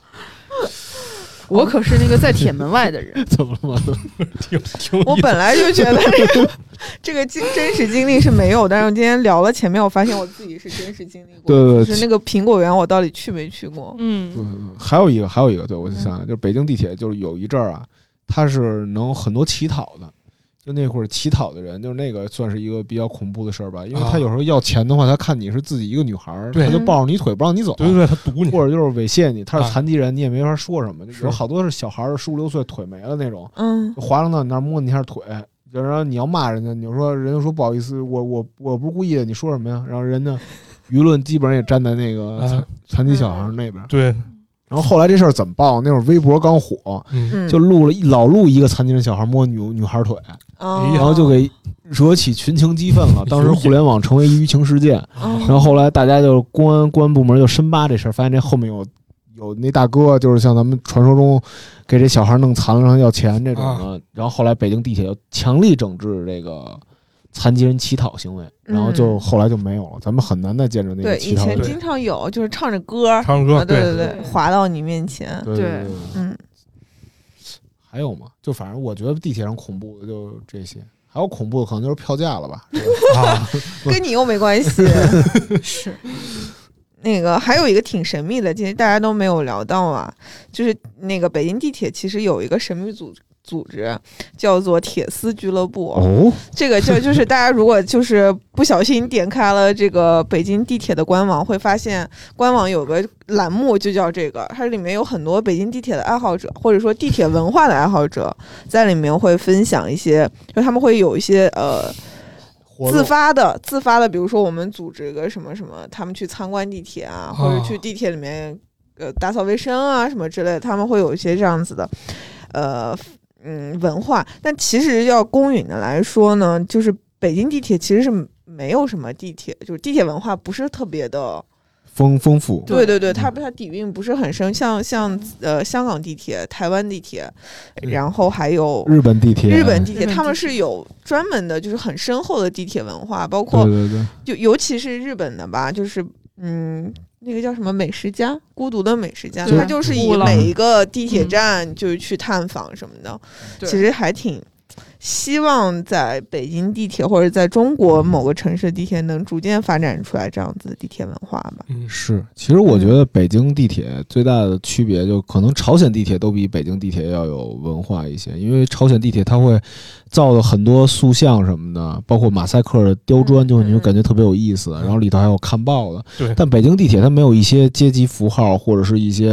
D: 我可是那个在铁门外的人。
E: 怎么了吗？
C: 挺挺有
B: 我
C: 意思。
B: 本来就觉得这个这个经真实经历是没有，但是我今天聊了前面，我发现我自己是真实经历过的。
E: 对对对
B: 就是那个苹果园，我到底去没去过？
E: 对，
D: 嗯，
E: 对还有一个，还有一个，对我就想，就是北京地铁，就是有一阵儿啊，它是能很多乞讨的，就那会儿乞讨的人，就是那个算是一个比较恐怖的事儿吧，因为他
C: 啊
E: 有时候要钱的话，他看你是自己一个女孩儿，
C: 对
E: 他就抱着你腿不让你走，
C: 对对对，他堵你。
E: 或者就是猥亵你，他是
C: 啊
E: 残疾人，你也没法说什么，
C: 是
E: 有好多是小孩儿十五六岁腿没了那种，
B: 嗯
E: 就滑到你那儿摸你一下腿。然后你要骂人家，你就说人家说不好意思，我我我不是故意的，你说什么呀？然后人家舆论基本上也站在那个
C: 啊
E: 残、残疾小孩儿那边，
C: 对，
E: 然后后来这事儿怎么报？那会儿微博刚火，
C: 嗯，
B: 嗯，
E: 就录了一老录一个残疾人小孩摸女女孩腿，
B: 哦
E: 然后就给惹起群情激愤了。当时互联网成为舆情事件，
B: 哦
E: 然后后来大家就公安公安部门就深扒这事儿，发现这后面有有那大哥，就是像咱们传说中给这小孩弄残了然后要钱这种
B: 啊
E: 的。然后后来北京地铁就强力整治这个残疾人乞讨行为，然后就
B: 嗯
E: 后来就没有了，咱们很难再见着那个
B: 对，
E: 乞
B: 以
E: 讨的
B: 前
E: 人。
B: 经常有，就是唱着歌儿，
C: 唱
B: 啊
C: 歌
B: 对
C: 对，
B: 对，滑到你面前。
E: 对
D: 对
E: 对对。
B: 嗯，
E: 还有吗？就反正我觉得地铁上恐怖的就这些，还有恐怖的可能就是票价了吧？
C: 啊，
B: 跟你又没关 系。
D: 是
B: 那个还有一个挺神秘的，其实大家都没有聊到啊，就是那个北京地铁其实有一个神秘组组织，叫做铁丝俱乐部。
E: 哦，
B: 这个就就是大家如果就是不小心点开了这个北京地铁的官网，会发现官网有个栏目就叫这个，它里面有很多北京地铁的爱好者，或者说地铁文化的爱好者，在里面会分享一些，就他们会有一些呃
E: 活
B: 自
E: 动
B: 发的自发的，比如说我们组织个什么什么，他们去参观地铁啊，或者
C: 啊
B: 去地铁里面呃打扫卫生啊什么之类的，他们会有一些这样子的，呃嗯文化。但其实要公允的来说呢，就是北京地铁其实是没有什么地铁，就是地铁文化不是特别的
E: 丰丰富。
B: 对对对，它它底蕴不是很深，像像呃香港地铁、台湾地铁，
E: 嗯
B: 然后还有
E: 日本地铁，
B: 日本地铁，
D: 日本地铁
B: 他们是有专门的，就是很深厚的地铁文化，包
E: 对
B: 括
E: 对对，
B: 就尤其是日本的吧，就是嗯。那个叫什么美食家，孤独的美食家，
E: 对
B: 他就是以
D: 悟了
B: 每一个地铁站就是去探访什么的，
D: 对
B: 其实还挺希望在北京地铁或者在中国某个城市的地铁能逐渐发展出来这样子的地铁文化吧。
C: 嗯，
E: 是。其实我觉得北京地铁最大的区别，就可能朝鲜地铁都比北京地铁要有文化一些，因为朝鲜地铁它会造的很多塑像什么的，包括马赛克的雕
B: 嗯
E: 砖，就是你
B: 嗯
E: 会感觉特别有意思。然后里头还有看报的，
C: 对
E: 但北京地铁它没有一些阶级符号或者是一些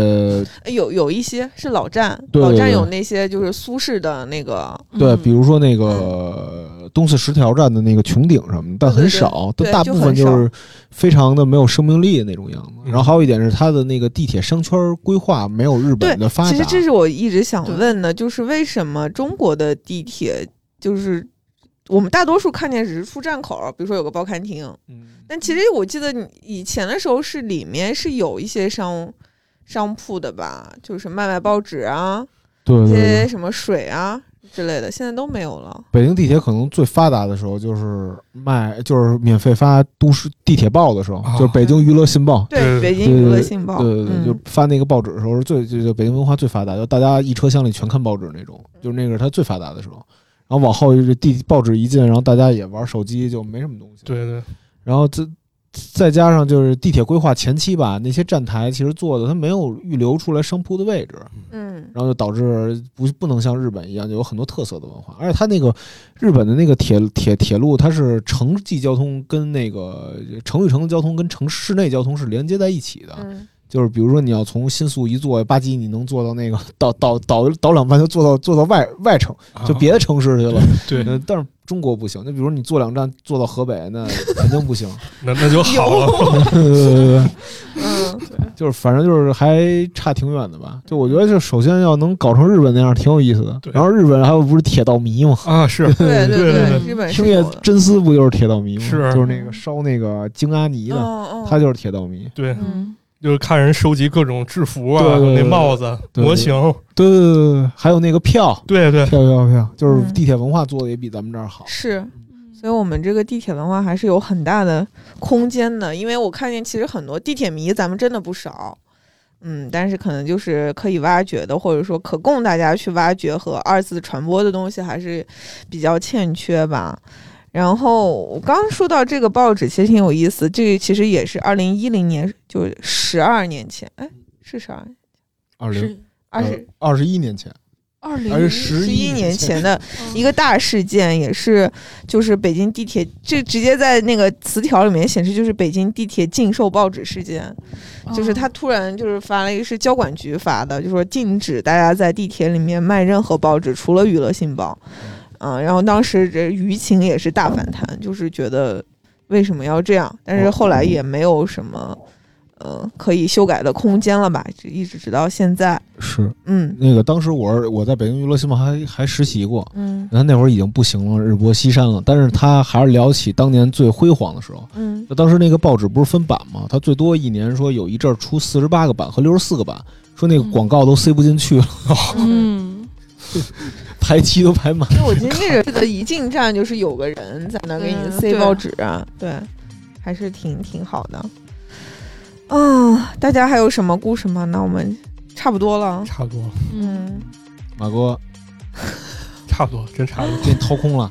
B: 呃有有一些是老站，
E: 对
B: 老
E: 对
B: 站
E: 对
B: 有那些就是苏式的那个，
E: 对，
D: 嗯
E: 比如说那个东四十条站的那个穹顶什么的，
B: 嗯哦对对
E: 但很少，
B: 对
E: 但大部分
B: 就
E: 就
B: 很
E: 是非常的没有生命力的那种样子。
C: 嗯
E: 然后还有一点是它的那个地铁商圈规划没有日
B: 对
E: 本的，发
B: 其实
E: 达，
B: 这是我一直想
D: 对
B: 问的，就是为什么中国的地铁就是我们大多数看见只是出站口，比如说有个报刊亭，
E: 嗯
B: 但其实我记得你以前的时候是里面是有一些商商铺的吧，就是卖卖报纸啊，
E: 对
B: 一
E: 对
B: 些
E: 对。
B: 什么水啊之类的，现在都没有了。
E: 北京地铁可能最发达的时候就是卖，就是免费发都市地铁报的时候，
C: 啊
E: 就是北京娱乐信报。
B: 对，
C: 对
B: 北京娱乐信报，
E: 对对对，
B: 嗯
E: 就发那个报纸的时候是最就就北京文化最发达，就大家一车厢里全看报纸那种，就是那个是它最发达的时候。然后往后就是地报纸一进，然后大家也玩手机，就没什么东西。
C: 对对，
E: 然后这再加上就是地铁规划前期吧，那些站台其实做的它没有预留出来商铺的位置，
B: 嗯，
E: 然后就导致不不能像日本一样就有很多特色的文化，而且它那个日本的那个铁铁铁路，它是城际交通跟那个城与城的交通跟城市内交通是连接在一起的，
B: 嗯
E: 就是比如说你要从新宿一坐吧唧，你能坐到那个倒倒倒倒两班就坐到坐到外外城，就别的城市去了。
C: 对，
E: 嗯，但是中国不行，那比如你坐两站坐到河北， 那肯定不行。
C: 那那就好了。
E: 呃，
B: 嗯，
E: 就是反正就是还差挺远的吧。就我觉得，就首先要能搞成日本那样，挺有意思的
C: 对。
E: 然后日本还有不是铁道迷吗？
C: 啊，是
B: 对
C: 对
B: 对
C: 对，
B: 日本
E: 是
B: 是
E: 不是
B: 有
E: 也
B: 的，
E: 真丝不就是铁道迷吗？
C: 是
E: 就是那个烧那个京阿尼
B: 嗯
E: 的，
B: 嗯，
E: 他就是铁道迷。
C: 对，
D: 嗯，
C: 就是看人收集各种制服
E: 对
C: 啊，
E: 对
C: 那
E: 对
C: 帽子、
E: 对
C: 模
E: 对
C: 型，
E: 对对对对对，还有那个票，
C: 对对，
E: 票票票，就是
B: 嗯
E: 地铁文化做的也比咱们这儿好。
B: 是。所以，我们这个地铁文化还是有很大的空间的，因为我看见其实很多地铁迷，咱们真的不少，嗯，但是可能就是可以挖掘的，或者说可供大家去挖掘和二次传播的东西还是比较欠缺吧。然后我刚刚说到这个报纸，其实挺有意思，这个其实也是二零一零年，就是十二年前，哎，是十二，
E: 二零
B: 二
E: 呃
D: 是
B: 十
E: 二十一年前，
D: 二
E: 还
D: 零
E: 是十
B: 十一
E: 一
B: 年前的一
D: 个
B: 个大事件，也是就是北京地铁，这直接在那个词条里面显示，就是北京地铁禁售报纸事件，
D: 哦
B: 就是他突然就是发了一个是交管局发的，就说禁止大家在地铁里面卖任何报纸，除了娱乐信报。嗯，然后当时这舆情也是大反弹，就是觉得为什么要这样？但是后来也没有什么。呃，可以修改的空间了吧？就一直直到现在，
E: 是
B: 嗯
E: 那个当时我是我在北京娱乐新闻还还实习过，
B: 嗯
E: 他那会儿已经不行了，日薄西山了，但是他还是聊起当年最辉煌的时候。
B: 嗯
E: 就当时那个报纸不是分版吗？他最多一年说有一阵儿出四十八个版和六十四个版，说那个广告都塞不进去了，
B: 嗯，
D: 嗯，
E: 排期都排满。
B: 因为我今天记得一进站就是有个人在那给你塞报纸啊，对，还是挺挺好的。啊，大家还有什么故事吗？那我们差不多了。
C: 差不多，
B: 嗯，
E: 马哥，
C: 差不多，真差不多，
E: 给你掏空了，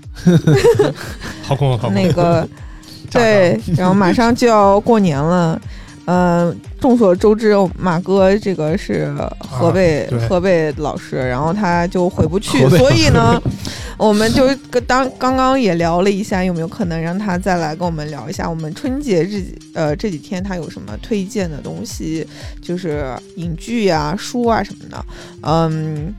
C: 掏空了，掏空了。
B: 那个
C: 炸弹
B: 对，然后马上就要过年了。呃，众所周知，马哥这个是河北、
C: 对
B: 河北老师，然后他就回不去，
E: 河北
B: 所以呢， 我们就跟当刚刚也聊了一下，有没有可能让他再来跟我们聊一下我们春节这几呃这几天他有什么推荐的东西，就是影剧呀、书啊什么的，嗯。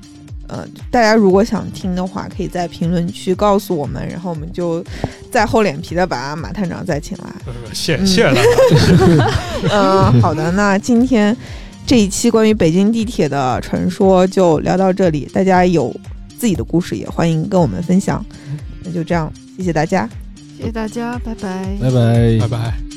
B: 呃，大家如果想听的话，可以在评论区告诉我们，然后我们就再厚脸皮的把马探长再请来。
C: 呃谢
B: 嗯
C: 谢谢大家，
B: 嗯，好的，那今天这一期关于北京地铁的传说就聊到这里，大家有自己的故事也欢迎跟我们分享。那就这样，谢谢大家。哎
D: 谢谢大家，拜拜。
E: 拜拜
C: 拜拜。